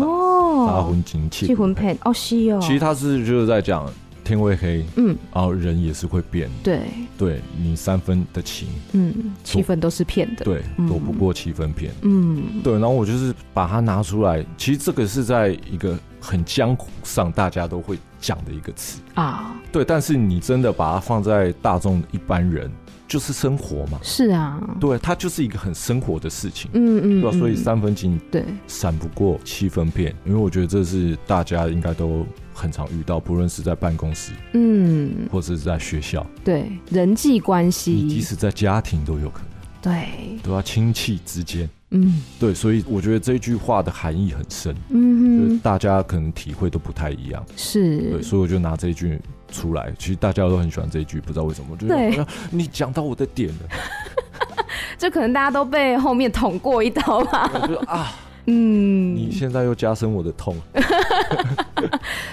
Speaker 4: 大
Speaker 3: 哦，
Speaker 4: 魂景气
Speaker 3: 七魂。片，哦，是哦，
Speaker 4: 其实它是就是在讲天会黑，
Speaker 3: 嗯，
Speaker 4: 然后人也是会变的。
Speaker 3: 对，
Speaker 4: 对你三分的情，
Speaker 3: 嗯，七分都是骗的，，
Speaker 4: 对
Speaker 3: 嗯
Speaker 4: 躲不过七分骗。
Speaker 3: 嗯，
Speaker 4: 对，然后我就是把它拿出来。其实这个是在一个很江湖上大家都会讲的一个词，
Speaker 3: 啊，
Speaker 4: 对。但是你真的把它放在大众一般人，就是生活嘛，
Speaker 3: 是啊，
Speaker 4: 对，它就是一个很生活的事情，
Speaker 3: 嗯嗯，
Speaker 4: 对吧、
Speaker 3: 嗯
Speaker 4: 所以三分情
Speaker 3: 对，
Speaker 4: 闪不过七分变，因为我觉得这是大家应该都很常遇到，不论是在办公室
Speaker 3: 嗯，
Speaker 4: 或者是在学校，
Speaker 3: 对，人际关
Speaker 4: 你即
Speaker 3: 系，
Speaker 4: 使在家庭都有可能，
Speaker 3: 对，
Speaker 4: 对吧、亲戚之间，
Speaker 3: 嗯
Speaker 4: 对，所以我觉得这句话的含义很深。就
Speaker 3: 嗯
Speaker 4: 是
Speaker 3: 哼，
Speaker 4: 大家可能体会都不太一样，对，
Speaker 3: 是，
Speaker 4: 所以我就拿这一句出来。其实大家都很喜欢这一句，不知道为什么，我就
Speaker 3: 对
Speaker 4: 觉得哎你讲到我的点了，
Speaker 3: 这可能大家都被后面捅过一刀吧，
Speaker 4: 我就啊，
Speaker 3: 嗯，
Speaker 4: 你现在又加深我的痛，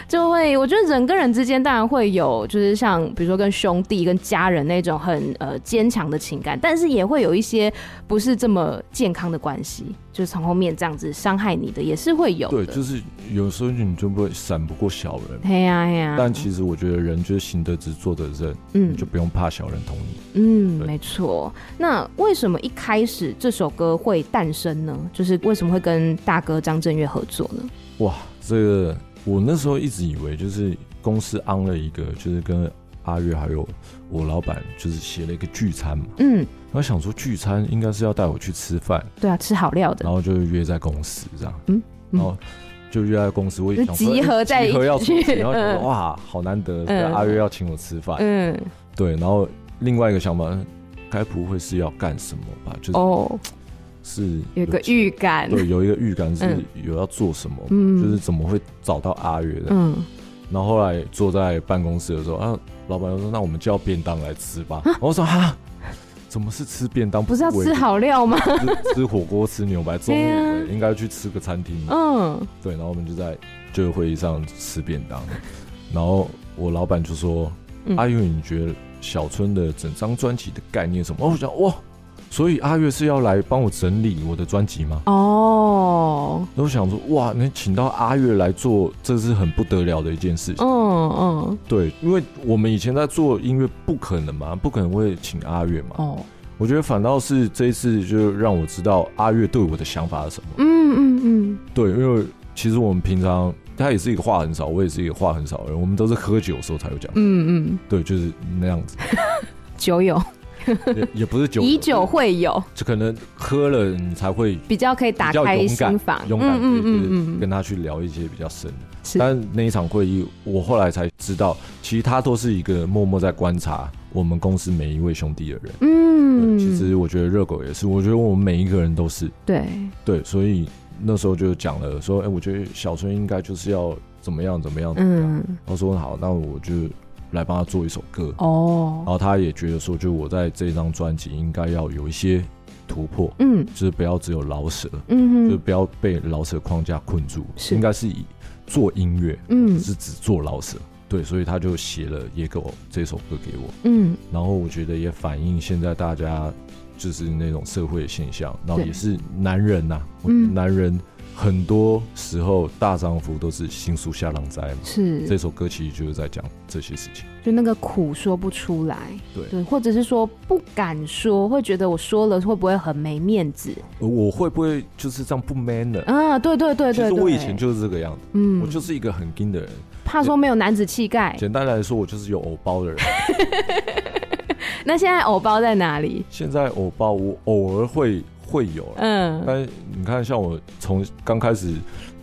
Speaker 3: 就会，我觉得人跟人之间当然会有，就是像比如说跟兄弟、跟家人那种很呃坚强的情感，但是也会有一些不是这么健康的关系，就是从后面这样子伤害你的也是会有嗯
Speaker 4: 对，
Speaker 3: 的。
Speaker 4: 就是有时候你就不会闪不过小人。
Speaker 3: 嘿呀嘿呀，
Speaker 4: 但其实我觉得人就是行得直坐得正，
Speaker 3: 嗯
Speaker 4: 你就不用怕小人捅你。
Speaker 3: 嗯，
Speaker 4: 对
Speaker 3: 没错。那为什么一开始这首歌会诞生呢？就是为什么会跟大哥张震岳合作呢？
Speaker 4: 哇，这个我那时候一直以为就是公司安了一个，就是跟阿月还有我老板就是协了一个聚餐嘛，
Speaker 3: 嗯，
Speaker 4: 然后想说聚餐应该是要带我去吃饭，
Speaker 3: 对啊，吃好料的
Speaker 4: 然，后就约在公司这样，
Speaker 3: 嗯嗯
Speaker 4: 然后就约在公司，我也
Speaker 3: 就
Speaker 4: 想说
Speaker 3: 集合
Speaker 4: 诶
Speaker 3: 在一
Speaker 4: 集合要出去，
Speaker 3: 起
Speaker 4: 然后想
Speaker 3: 嗯
Speaker 4: 说哇，好难得，
Speaker 3: 嗯
Speaker 4: 阿月要请我吃饭，
Speaker 3: 嗯，
Speaker 4: 对，然后另外一个想法，该不会是要干什么吧？就是、
Speaker 3: 哦，
Speaker 4: 是
Speaker 3: 有个预感，
Speaker 4: 对，有一个预感是
Speaker 3: 嗯
Speaker 4: 有要做什么，
Speaker 3: 嗯
Speaker 4: 就是怎么会找到阿月的。
Speaker 3: 嗯，
Speaker 4: 然后后来坐在办公室的时候，啊，老板就说：“那我们叫便当来吃吧。”然后我说：“哈，怎么是吃便当？
Speaker 3: 啊不是要
Speaker 4: 我
Speaker 3: 吃好料吗？
Speaker 4: 吃吃火锅、吃牛排，中 午
Speaker 3: 对啊
Speaker 4: 了应该去吃个餐厅。
Speaker 3: 嗯，
Speaker 4: 对，然后我们就在就会议上吃便当，然后我老板就说：“
Speaker 3: 嗯
Speaker 4: 阿月，你觉得小春的整张专辑的概念是什么？”然后我想哇，所以阿月是要来帮我整理我的专辑吗？
Speaker 3: 哦，
Speaker 4: 然后我想说哇，能请到阿月来做，这是很不得了的一件事情。
Speaker 3: 嗯嗯，
Speaker 4: 对，因为我们以前在做音乐，不可能嘛，不可能会请阿月嘛。
Speaker 3: 哦，
Speaker 4: 我觉得反倒是这一次，就让我知道阿月对我的想法是什么。
Speaker 3: 嗯嗯
Speaker 4: 对，因为其实我们平常他也是一个话很少，我也是一个话很少的人，我们都是喝酒的时候才会讲
Speaker 3: 嗯。嗯嗯，
Speaker 4: 对，就是那样子，
Speaker 3: 酒友
Speaker 4: 也也不是 酒，
Speaker 3: 以酒会友，
Speaker 4: 就可能喝了你才会
Speaker 3: 比较可以打
Speaker 4: 比较
Speaker 3: 开
Speaker 4: 勇敢
Speaker 3: 心房，
Speaker 4: 勇敢，
Speaker 3: 嗯
Speaker 4: 就是跟他去聊一些比较深的。
Speaker 3: 是
Speaker 4: 但那一场会议，我后来才知道，其实他都是一个默默在观察我们公司每一位兄弟的人。
Speaker 3: 嗯，
Speaker 4: 对，其实我觉得热狗也是，我觉得我们每一个人都是
Speaker 3: 对，
Speaker 4: 对，所以那时候就讲了说，哎、我觉得小春应该就是要怎么样怎么样。
Speaker 3: 嗯，
Speaker 4: 他说好，那我就来帮他做一首歌。然
Speaker 3: 哦，
Speaker 4: 后他也觉得说，就我在这张专辑应该要有一些突破，
Speaker 3: 嗯
Speaker 4: 就是不要只有老舍，
Speaker 3: 嗯
Speaker 4: 就
Speaker 3: 哼，
Speaker 4: 不要被老舍框架困住，
Speaker 3: 是
Speaker 4: 应该是以做音乐，
Speaker 3: 嗯
Speaker 4: 是只做老舍。对，所以他就写了《野狗》这首歌给我，
Speaker 3: 嗯
Speaker 4: 然后我觉得也反映现在大家就是那种社会现象，然后
Speaker 3: 对
Speaker 4: 也是男人呐、我觉得
Speaker 3: 嗯
Speaker 4: 男人很多时候大丈夫都是心术下狼灾嘛。
Speaker 3: 是
Speaker 4: 这首歌其实就是在讲这些事情。
Speaker 3: 就那个苦说不出来，
Speaker 4: 对
Speaker 3: 对，或者是说不敢说，会觉得我说了会不会很没面子？
Speaker 4: 呃我会不会就是这样不 man 的？
Speaker 3: 啊，对对对
Speaker 4: 其
Speaker 3: 对
Speaker 4: 实
Speaker 3: 对，
Speaker 4: 我以前就是这个样子，
Speaker 3: 嗯哎
Speaker 4: 我就是一个很硬的人。
Speaker 3: 怕说没有男子气概。
Speaker 4: 简单来说，我就是有偶包的 人。
Speaker 3: 那现在偶包在哪里？
Speaker 4: 现在偶包我偶尔会会有啦，
Speaker 3: 嗯，
Speaker 4: 但你看，像我从刚开始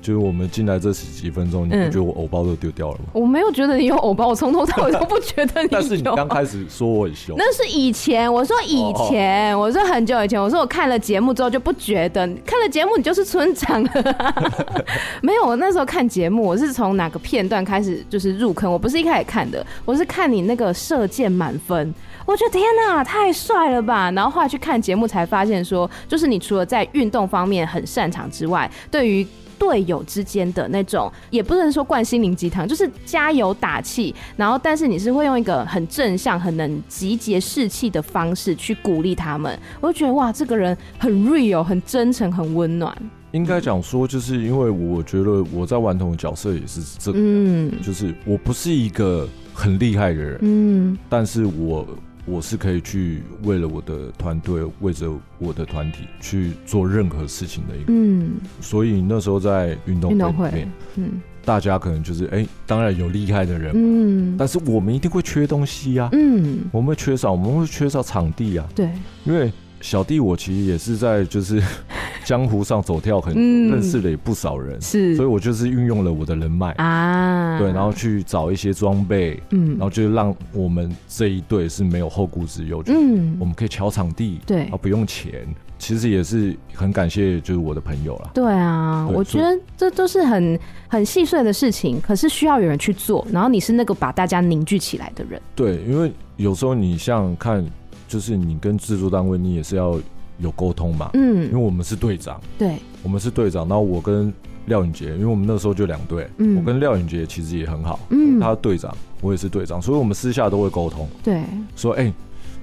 Speaker 4: 就是我们进来这十几分钟，你不
Speaker 3: 嗯
Speaker 4: 觉得我偶包都丢掉了吗？
Speaker 3: 我没有觉得你有偶包，我从头到尾都不觉得你有。
Speaker 4: 但是你刚开始说我很凶，
Speaker 3: 那是以前，我说以前，
Speaker 4: 哦
Speaker 3: 我说很久以前，我说我看了节目之后就不觉得，看了节目你就是村长了、 没有，我那时候看节目，我是从哪个片段开始就是入坑，我不是一开始看的，我是看你那个射箭满分，我觉得天哪，太帅了吧！然后后来去看节目才发现说，就是你除了在运动方面很擅长之外，对于队友之间的那种，也不能说灌心灵鸡汤，就是加油打气。然后，但是你是会用一个很正向、很能集结士气的方式去鼓励他们。我就觉得哇，这个人很 real，很真诚，很温暖。
Speaker 4: 应该讲说，就是因为我觉得我在顽童的角色也是这个，
Speaker 3: 嗯
Speaker 4: 就是我不是一个很厉害的人，
Speaker 3: 嗯
Speaker 4: 但是我我是可以去为了我的团队，为着我的团体去做任何事情的一个。
Speaker 3: 嗯，
Speaker 4: 所以那时候在运动
Speaker 3: 运动
Speaker 4: 会
Speaker 3: 会
Speaker 4: 里面，，
Speaker 3: 嗯
Speaker 4: 大家可能就是哎、当然有厉害的人，
Speaker 3: 嗯
Speaker 4: 但是我们一定会缺东西啊，
Speaker 3: 嗯，
Speaker 4: 我们会缺少，我们会缺少场地啊，
Speaker 3: 对，
Speaker 4: 因为小弟我其实也是在就是 江湖上走跳很久，
Speaker 3: 嗯
Speaker 4: 认识了也不少人，
Speaker 3: 是
Speaker 4: 所以我就是运用了我的人脉，
Speaker 3: 啊，
Speaker 4: 对，然后去找一些装备，
Speaker 3: 嗯，
Speaker 4: 然后就让我们这一队是没有后顾之忧，就是
Speaker 3: 嗯
Speaker 4: 我，们可以敲场地，
Speaker 3: 对
Speaker 4: 啊，不用钱，其实也是很感谢就是我的朋友啦。
Speaker 3: 对啊，
Speaker 4: 对
Speaker 3: 我觉
Speaker 4: 所以
Speaker 3: 得这都是很很细碎的事情，可是需要有人去做，然后你是那个把大家凝聚起来的人。
Speaker 4: 对，因为有时候你像看，就是你跟制作单位，你也是要有沟通嘛，因为
Speaker 3: 嗯，
Speaker 4: 我们是队长，
Speaker 3: 对，
Speaker 4: 我们是队长，然后我跟廖允杰，因为我们那时候就两队，
Speaker 3: 嗯
Speaker 4: 我跟廖允杰其实也很好，
Speaker 3: 嗯
Speaker 4: 他队长，我也是队长，所以我们私下都会沟通，
Speaker 3: 对，
Speaker 4: 说哎、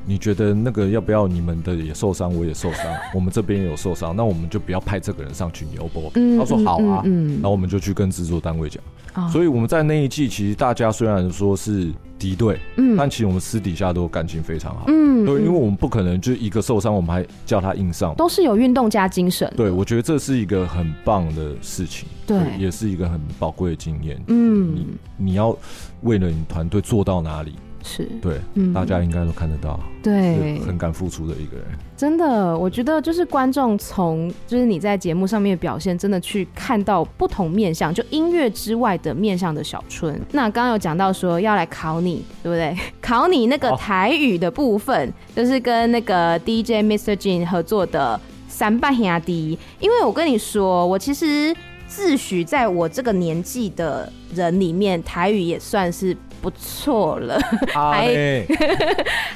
Speaker 4: 你觉得那个要不要你们的也受伤，我也受伤，我们这边也有受伤，那我们就不要派这个人上去，你 O 不 OK？、
Speaker 3: 嗯
Speaker 4: 他说好啊，
Speaker 3: 嗯
Speaker 4: 然后我们就去跟制作单位讲。
Speaker 3: 啊
Speaker 4: 所以我们在那一季，其实大家虽然说是敌对，
Speaker 3: 嗯
Speaker 4: 但其实我们私底下都感情非常好。
Speaker 3: 嗯
Speaker 4: 对，因为
Speaker 3: 嗯
Speaker 4: 我们不可能就一个受伤，我们还叫他硬上。
Speaker 3: 都是有运动家精神，
Speaker 4: 对，我觉得这是一个很棒的事情，
Speaker 3: 对
Speaker 4: 也是一个很宝贵的经验。
Speaker 3: 嗯
Speaker 4: 你要为了你团队做到哪里，
Speaker 3: 是，
Speaker 4: 对，
Speaker 3: 嗯
Speaker 4: 大家应该都看得到，
Speaker 3: 对
Speaker 4: 是，很敢付出的一个人。
Speaker 3: 真的，我觉得就是观众从就是你在节目上面的表现，真的去看到不同面向，就音乐之外的面向的小春。那刚刚有讲到说要来考你，对不对？ 考你那个
Speaker 4: 好
Speaker 3: 台语的部分，就是跟那个 DJ Mr. Jin 合作的《三八兄弟》，因为我跟你说，我其实自诩在我这个年纪的人里面，台语也算是不错了。
Speaker 4: 阿妹，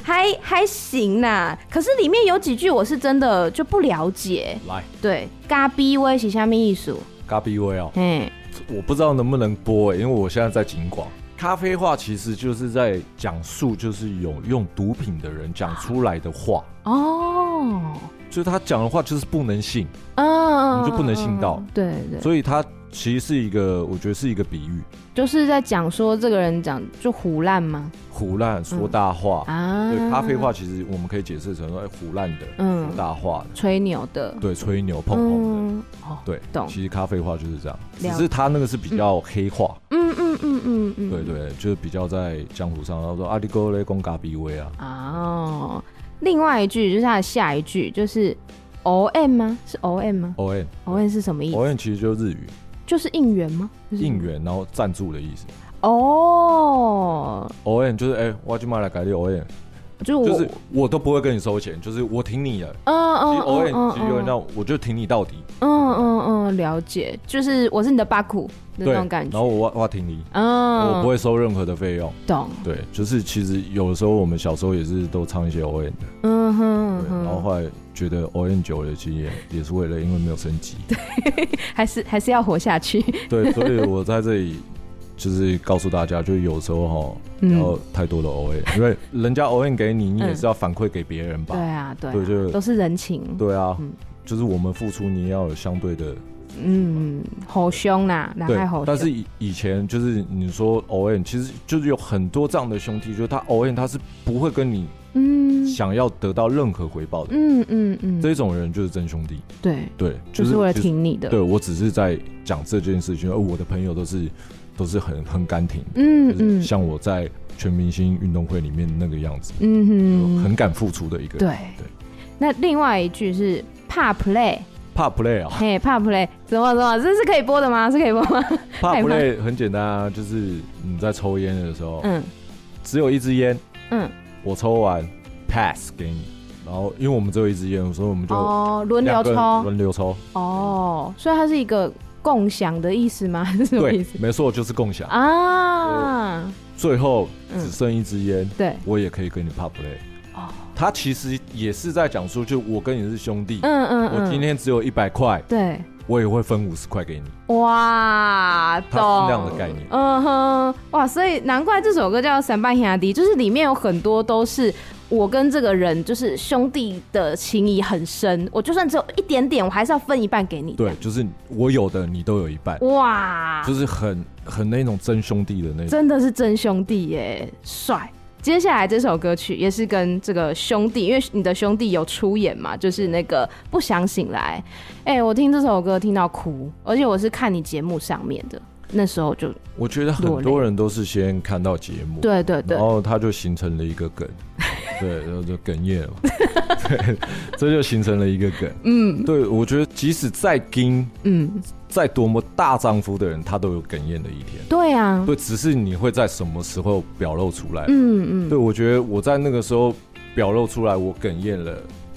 Speaker 3: 还还行啦，可是里面有几句我是真的就不了解。
Speaker 4: 来，
Speaker 3: 对，嘎逼威是下面艺术，
Speaker 4: 嘎比威哦，
Speaker 3: 哎，
Speaker 4: 我不知道能不能播、欸因为我现在在景广。咖啡话其实就是在讲述，就是有用毒品的人讲出来的话，
Speaker 3: 啊哦，
Speaker 4: 就是他讲的话就是不能信，
Speaker 3: 嗯，
Speaker 4: 你就不能信道
Speaker 3: 嗯，对对，
Speaker 4: 所以他其实是一个，我觉得是一个比喻，
Speaker 3: 就是在讲说这个人讲就胡烂嘛，
Speaker 4: 胡乱说大话。
Speaker 3: 啊，
Speaker 4: 对，咖啡，话其实我们可以解释成说，哎胡乱的、
Speaker 3: 嗯
Speaker 4: 说大话的，
Speaker 3: 吹牛的，
Speaker 4: 对，吹牛碰碰的，
Speaker 3: 嗯，哦，
Speaker 4: 对，
Speaker 3: 懂
Speaker 4: 其实咖啡话就是这样，只
Speaker 3: 了
Speaker 4: 是他那个是比较黑化，
Speaker 3: 嗯嗯嗯嗯嗯，
Speaker 4: 对对，就是比较在江湖上，然后说阿里哥嘞，公咖比威啊，
Speaker 3: 哦，另外一句就是他的下一句就是 O M 吗？是 O M 吗
Speaker 4: O N
Speaker 3: ？O M 是什么意思？
Speaker 4: O N 其实就是日语
Speaker 3: 就是应援吗？就是
Speaker 4: 应援，然后赞助的意思。
Speaker 3: 哦，
Speaker 4: O N 就是哎，我去买来改的 O N，
Speaker 3: 就是我，
Speaker 4: 就是我都不会跟你收钱，就是我挺你的。
Speaker 3: 嗯
Speaker 4: 其
Speaker 3: 嗯
Speaker 4: 实 O
Speaker 3: 嗯
Speaker 4: N 其实有点
Speaker 3: 嗯
Speaker 4: 那种我就挺你到底，
Speaker 3: 嗯嗯嗯，了解，就是我是你的巴库的
Speaker 4: 对，
Speaker 3: 那种感
Speaker 4: 然
Speaker 3: 觉，
Speaker 4: 后我我我挺你，
Speaker 3: 嗯，
Speaker 4: 我不会收任何的费用。
Speaker 3: 懂，
Speaker 4: 对，就是其实有的时候我们小时候也是都唱一些 O N 的，
Speaker 3: 嗯哼嗯
Speaker 4: 对，然后
Speaker 3: 哼，
Speaker 4: 后来觉得 O N 久了，其实也也是为了因为没有升 级，
Speaker 3: 还是还是要活下 去，
Speaker 4: 对，所以我在这里就是告诉大家，就有时候哈，
Speaker 3: 嗯
Speaker 4: 不要太多的 O A，、因为人家 O N 给你，你也是要反馈给别人吧
Speaker 3: 对？啊对
Speaker 4: 对就
Speaker 3: 啊，
Speaker 4: 是
Speaker 3: 都是人情，
Speaker 4: 对啊，
Speaker 3: 嗯
Speaker 4: 就是我们付出，你也要有相对的
Speaker 3: 嗯，好凶啦，男
Speaker 4: 对
Speaker 3: 孩好，
Speaker 4: 但是以以前就是你说 O N，其实就是有很多这样的兄弟，就是他 O N 他是不会跟你
Speaker 3: 嗯
Speaker 4: 想要得到任何回报的，
Speaker 3: 嗯嗯嗯，
Speaker 4: 这种人就是真兄弟。
Speaker 3: 对，
Speaker 4: 对，
Speaker 3: 就是为了
Speaker 4: 其实
Speaker 3: 挺你的，
Speaker 4: 对我只是在讲这件事情，而我的朋友都是都是很很敢挺的。
Speaker 3: 嗯
Speaker 4: 就是
Speaker 3: 嗯
Speaker 4: 像我在全明星运动会里面那个样子，
Speaker 3: 嗯哼，
Speaker 4: 很敢付出的一个人。
Speaker 3: 对
Speaker 4: 对。
Speaker 3: 那另外一句是怕 play，
Speaker 4: 怕 play 啊，
Speaker 3: 嘿，怕 play，怎么怎么，这是可以播的吗？是可以播吗？
Speaker 4: 怕
Speaker 3: 害怕
Speaker 4: play 很简单啊，就是你在抽烟的时候，
Speaker 3: 嗯
Speaker 4: 只有一支烟，
Speaker 3: 嗯，
Speaker 4: 我抽完 pass 给你，然后因为我们只有一支烟，所以我们就
Speaker 3: 哦，轮流
Speaker 4: 两个人
Speaker 3: 抽
Speaker 4: 轮流抽，
Speaker 3: 哦，所以它是一个共享的意思吗？还 是什么意
Speaker 4: 对
Speaker 3: 思，
Speaker 4: 没错，就是共享。
Speaker 3: 啊？
Speaker 4: 最后
Speaker 3: 嗯
Speaker 4: 只剩一支烟，
Speaker 3: 对，
Speaker 4: 我也可以跟你怕 play。
Speaker 3: 哦
Speaker 4: 他其实也是在讲说，就我跟你是兄弟，
Speaker 3: 嗯嗯嗯，
Speaker 4: 我今天只有一百块，
Speaker 3: 对，
Speaker 4: 我也会分五十块给你。
Speaker 3: 哇，
Speaker 4: 它是
Speaker 3: 懂
Speaker 4: 那样的概念
Speaker 3: 嗯哼，哇，所以难怪这首歌叫《三八兄弟》，就是里面有很多都是。我跟这个人就是兄弟的情谊很深，我就算只有一点点，我还是要分一半给你。
Speaker 4: 对，，就是我有的你都有一半，
Speaker 3: 哇，
Speaker 4: 就是很很那种真兄弟的那种。
Speaker 3: 真的是真兄弟耶，帅！接下来这首歌曲也是跟这个兄弟，因为你的兄弟有出演嘛，就是那个不想醒来。哎、我听这首歌听到哭，而且我是看你节目上面的，那时候就
Speaker 4: 我觉得很多人都是先看到节目，
Speaker 3: 对对对
Speaker 4: 然，后他就形成了一个 梗，对，然后就哽咽了嘛， 对，这就形成了一个梗。
Speaker 3: 嗯
Speaker 4: 对，我觉得即使再硬、
Speaker 3: 嗯，
Speaker 4: 再多么大丈夫的人，他都有哽咽的一天。
Speaker 3: 对啊，
Speaker 4: 对，只是你会在什么时候表露出来。
Speaker 3: 嗯嗯
Speaker 4: 对，我觉得我在那个时候表露出来，我哽咽了，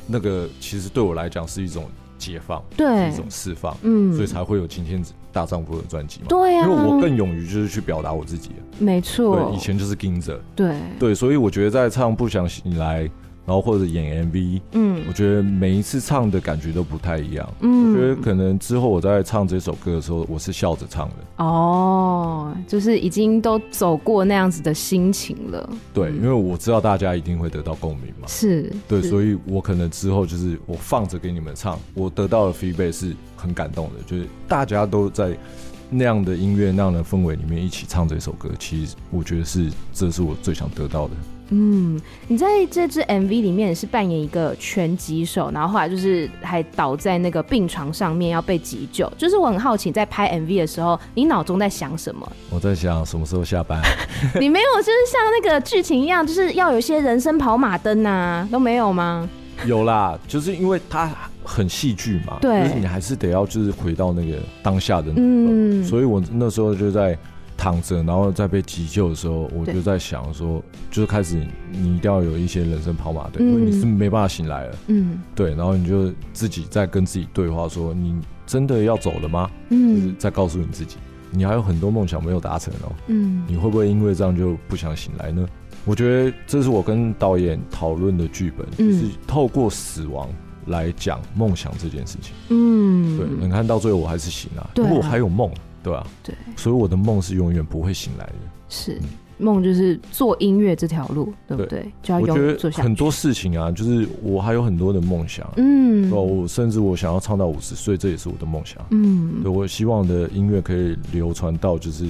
Speaker 4: 那个其实对我来讲是一种解放，
Speaker 3: 对
Speaker 4: 一，种释放。
Speaker 3: 嗯
Speaker 4: 所以才会有今天大丈夫的专辑嘛。、
Speaker 3: 对啊，
Speaker 4: 因为我更勇于就是去表达我自己。
Speaker 3: 没
Speaker 4: 对，
Speaker 3: 错
Speaker 4: 以，前就是盯着。
Speaker 3: 对
Speaker 4: 对，所以我觉得在唱《不想醒来》然后或者演 MV，
Speaker 3: 嗯
Speaker 4: 我觉得每一次唱的感觉都不太一样。我觉得
Speaker 3: 嗯，
Speaker 4: 可能之后我在唱这首歌的时候，我是笑着唱的。
Speaker 3: 哦，就是已经都走过那样子的心情了，
Speaker 4: 对，因为我知道大家一定会得到共鸣嘛。
Speaker 3: 是，
Speaker 4: 对，
Speaker 3: 嗯是
Speaker 4: 所以我可能之后就是我放着给你们唱，我得到的 feedback 是很感动的，就是大家都在那样的音乐、那样的氛围里面一起唱这首歌，其实我觉得是这是我最想得到的。
Speaker 3: 嗯，你在这支 MV 里面也是扮演一个拳击手，然后后来就是还倒在那个病床上面要被急救。就是我很好奇，在拍 MV 的时候，你脑中在想什 么？
Speaker 4: 我在想什么时候下班、
Speaker 3: 你没有就是像那个剧情一样，就是要有一些人生跑马灯啊，都没有 吗？
Speaker 4: 有啦，就是因为它很戏剧嘛，
Speaker 3: 对
Speaker 4: 就是你还是得要就是回到那个当下的那个，
Speaker 3: 嗯，
Speaker 4: 哦所以我那时候就在躺着，然后在被急救的时候，我
Speaker 3: 对
Speaker 4: 就在想说，就是开始你一定要有一些人生跑马灯，因为
Speaker 3: 嗯
Speaker 4: 你是没办法醒来了，
Speaker 3: 嗯
Speaker 4: 对，然后你就自己在跟自己对话说，你真的要走了吗？就是
Speaker 3: 嗯
Speaker 4: 在告诉你自己，你还有很多梦想没有达成哦，
Speaker 3: 嗯
Speaker 4: 你会不会因为这样就不想醒来呢？我觉得这是我跟导演讨论的剧本，
Speaker 3: 嗯
Speaker 4: 就是透过死亡来讲梦想这件事情。
Speaker 3: 嗯，
Speaker 4: 对，你看到最后我还是醒了，
Speaker 3: 对啊
Speaker 4: 因为我还有梦，对吧、
Speaker 3: 对，
Speaker 4: 所以我的梦是永远不会醒来的。
Speaker 3: 是梦就是做音乐这条路，对不对？就要
Speaker 4: 我
Speaker 3: 永远
Speaker 4: 觉
Speaker 3: 做
Speaker 4: 得
Speaker 3: 下去。
Speaker 4: 很多事情啊，就是我还有很多的梦想，
Speaker 3: 嗯
Speaker 4: 对吧、我甚至我想要唱到五十岁，这也是我的梦想。
Speaker 3: 嗯
Speaker 4: 对我希望的音乐可以流传到就是。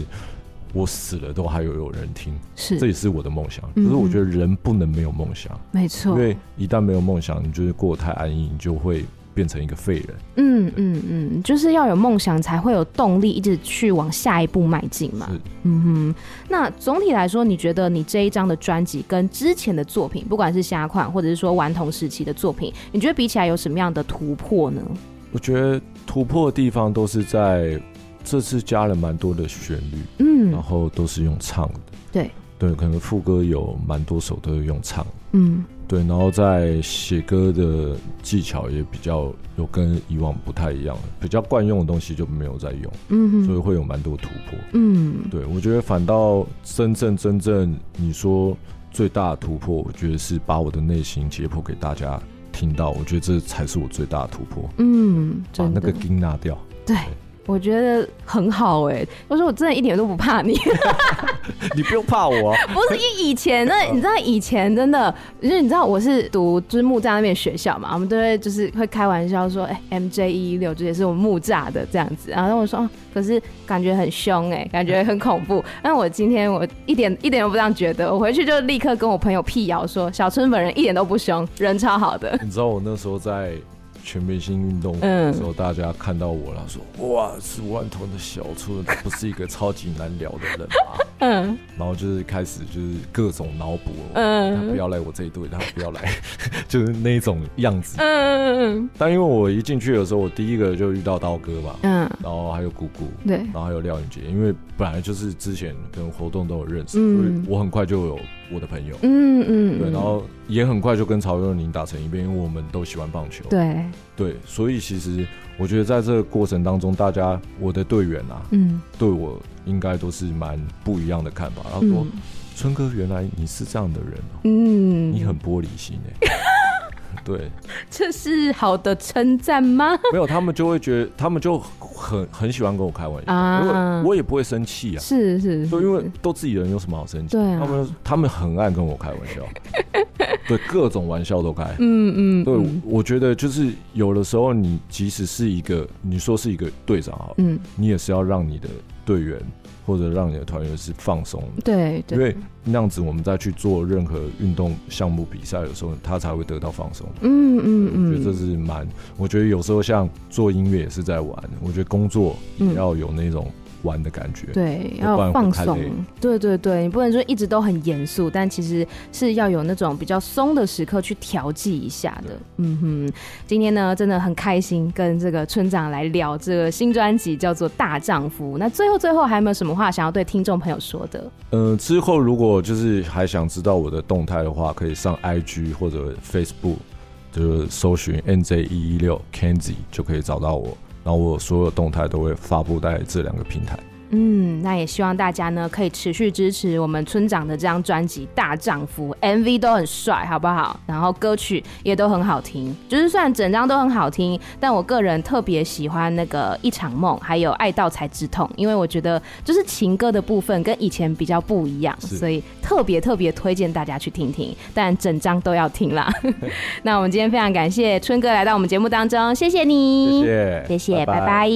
Speaker 4: 我死了都还有有人听，这
Speaker 3: 是
Speaker 4: 也是我的梦想。可
Speaker 3: 嗯
Speaker 4: 是我觉得人不能没有梦想，
Speaker 3: 没
Speaker 4: 因
Speaker 3: 错，
Speaker 4: 为一旦没有梦想，你就是过得太安逸，你就会变成一个废人。
Speaker 3: 嗯嗯嗯，就是要有梦想，才会有动力一直去往下一步迈进嘛
Speaker 4: 是。
Speaker 3: 嗯哼，那总体来说，你觉得你这一张的专辑跟之前的作品，不管是虾款或者是说顽童时期的作品，你觉得比起来有什么样的突破呢？
Speaker 4: 我觉得突破的地方都是在这次加了蛮多的旋律，然
Speaker 3: 嗯
Speaker 4: 后都是用唱的。
Speaker 3: 对
Speaker 4: 对，可能副歌有蛮多首都是用唱的。
Speaker 3: 嗯
Speaker 4: 对，然后在写歌的技巧也比较有跟以往不太一样，比较惯用的东西就没有在用，
Speaker 3: 嗯
Speaker 4: 所以
Speaker 3: 哼
Speaker 4: 会有蛮多突破。
Speaker 3: 嗯
Speaker 4: 对，我觉得反倒真正真正你说最大的突破，我觉得是把我的内心解剖给大家听到，我觉得这才是我最大的突破，
Speaker 3: 嗯，
Speaker 4: 把
Speaker 3: 真
Speaker 4: 那
Speaker 3: 的
Speaker 4: 个音拿 掉。
Speaker 3: 对。我觉得很好哎、我说我真的一点都不怕你，
Speaker 4: 你不用怕我、啊
Speaker 3: 不是因为以前呢，你知道以前真的，就是你知道我是读就是木栅那边的学校嘛，我们都会就是会开玩笑说，哎、m J 一六就也是我们木栅的这样子，然后我说，哦，可是感觉很凶哎、感觉很恐 怖。但我今天我一点一点都不这样觉得，我回去就立刻跟我朋友辟谣说，小春本人一点都不凶，人超好的。
Speaker 4: 你知道我那时候在全明星运动会
Speaker 3: 嗯
Speaker 4: 的时候，大家看到我了，说哇，是万童的小春，不是一个超级难聊的人吗？
Speaker 3: 嗯
Speaker 4: 然后就是开始就是各种脑补，他不
Speaker 3: 嗯
Speaker 4: 要来我这一队，他不要来， 就是那种样子。
Speaker 3: 嗯
Speaker 4: 但因为我一进去的时候，我第一个就遇到刀哥嘛，
Speaker 3: 嗯，
Speaker 4: 然后还有姑姑，
Speaker 3: 对，
Speaker 4: 然后还有廖云杰，因为本来就是之前跟活动都有认识，
Speaker 3: 嗯
Speaker 4: 所以我很快就有我的朋友，
Speaker 3: 嗯嗯，
Speaker 4: 对，然后也很快就跟曹佑宁打成一片，因为我们都喜欢棒球，
Speaker 3: 对，
Speaker 4: 对，所以其实我觉得在这个过程当中，大家我的队员啊，
Speaker 3: 嗯
Speaker 4: 对我应该都是蛮不一样的看法。然后说，
Speaker 3: 嗯
Speaker 4: 春哥，原来你是这样的人哦、
Speaker 3: 嗯，
Speaker 4: 你很玻璃心 哎、对，
Speaker 3: 这是好的称赞吗？
Speaker 4: 没有，他们就会觉得，他们就很很喜欢跟我开玩笑，
Speaker 3: 啊
Speaker 4: 因为我也不会生气啊。
Speaker 3: 是是，
Speaker 4: 就因为都自己人，有什么好生气？
Speaker 3: 对啊
Speaker 4: 他们他们很爱跟我开玩 笑，对各种玩笑都开。
Speaker 3: 嗯嗯，
Speaker 4: 对，
Speaker 3: 嗯
Speaker 4: 我觉得就是有的时候，你即使是一个，你说是一个队长好了，
Speaker 3: 嗯，
Speaker 4: 你也是要让你的队员或者让你的团员是放松的，
Speaker 3: 对对，
Speaker 4: 因为那样子我们再去做任何运动项目比赛的时候，他才会得到放松。
Speaker 3: 嗯嗯
Speaker 4: 我觉得这
Speaker 3: 嗯，
Speaker 4: 是蛮，我觉得有时候像做音乐也是在玩，我觉得工作也要有那种玩的感觉。
Speaker 3: 嗯对，
Speaker 4: 要不
Speaker 3: 要有
Speaker 4: 然会
Speaker 3: 放
Speaker 4: 太
Speaker 3: 松
Speaker 4: 累，
Speaker 3: 对对对，你不能说一直都很严肃，但其实是要有那种比较松的时刻去调剂一下的
Speaker 4: 对。
Speaker 3: 嗯哼，今天呢真的很开心跟这个村长来聊这个新专辑叫做《大丈夫》。那最后最后还有没有什么话想要对听众朋友说的？
Speaker 4: 嗯，之后如果就是还想知道我的动态的话，可以上 IG 或者 Facebook，就是搜寻 E NJ 一一六 Kenzi 就可以找到我。然后我所有动态都会发布在这两个平台。
Speaker 3: 嗯，那也希望大家呢可以持续支持我们村长的这张专辑《大丈夫》，MV 都很帅，好不好？然后歌曲也都很好听，就是虽然整张都很好听，但我个人特别喜欢那个《一场梦》，还有《爱到才知痛》，因为我觉得就是情歌的部分跟以前比较不一样，
Speaker 4: 是
Speaker 3: 所以特别特别推荐大家去听听，但整张都要听 啦。那我嗯们今天非常感谢春哥来到我们节目当中，谢谢你，
Speaker 4: 谢谢
Speaker 3: 谢谢，拜拜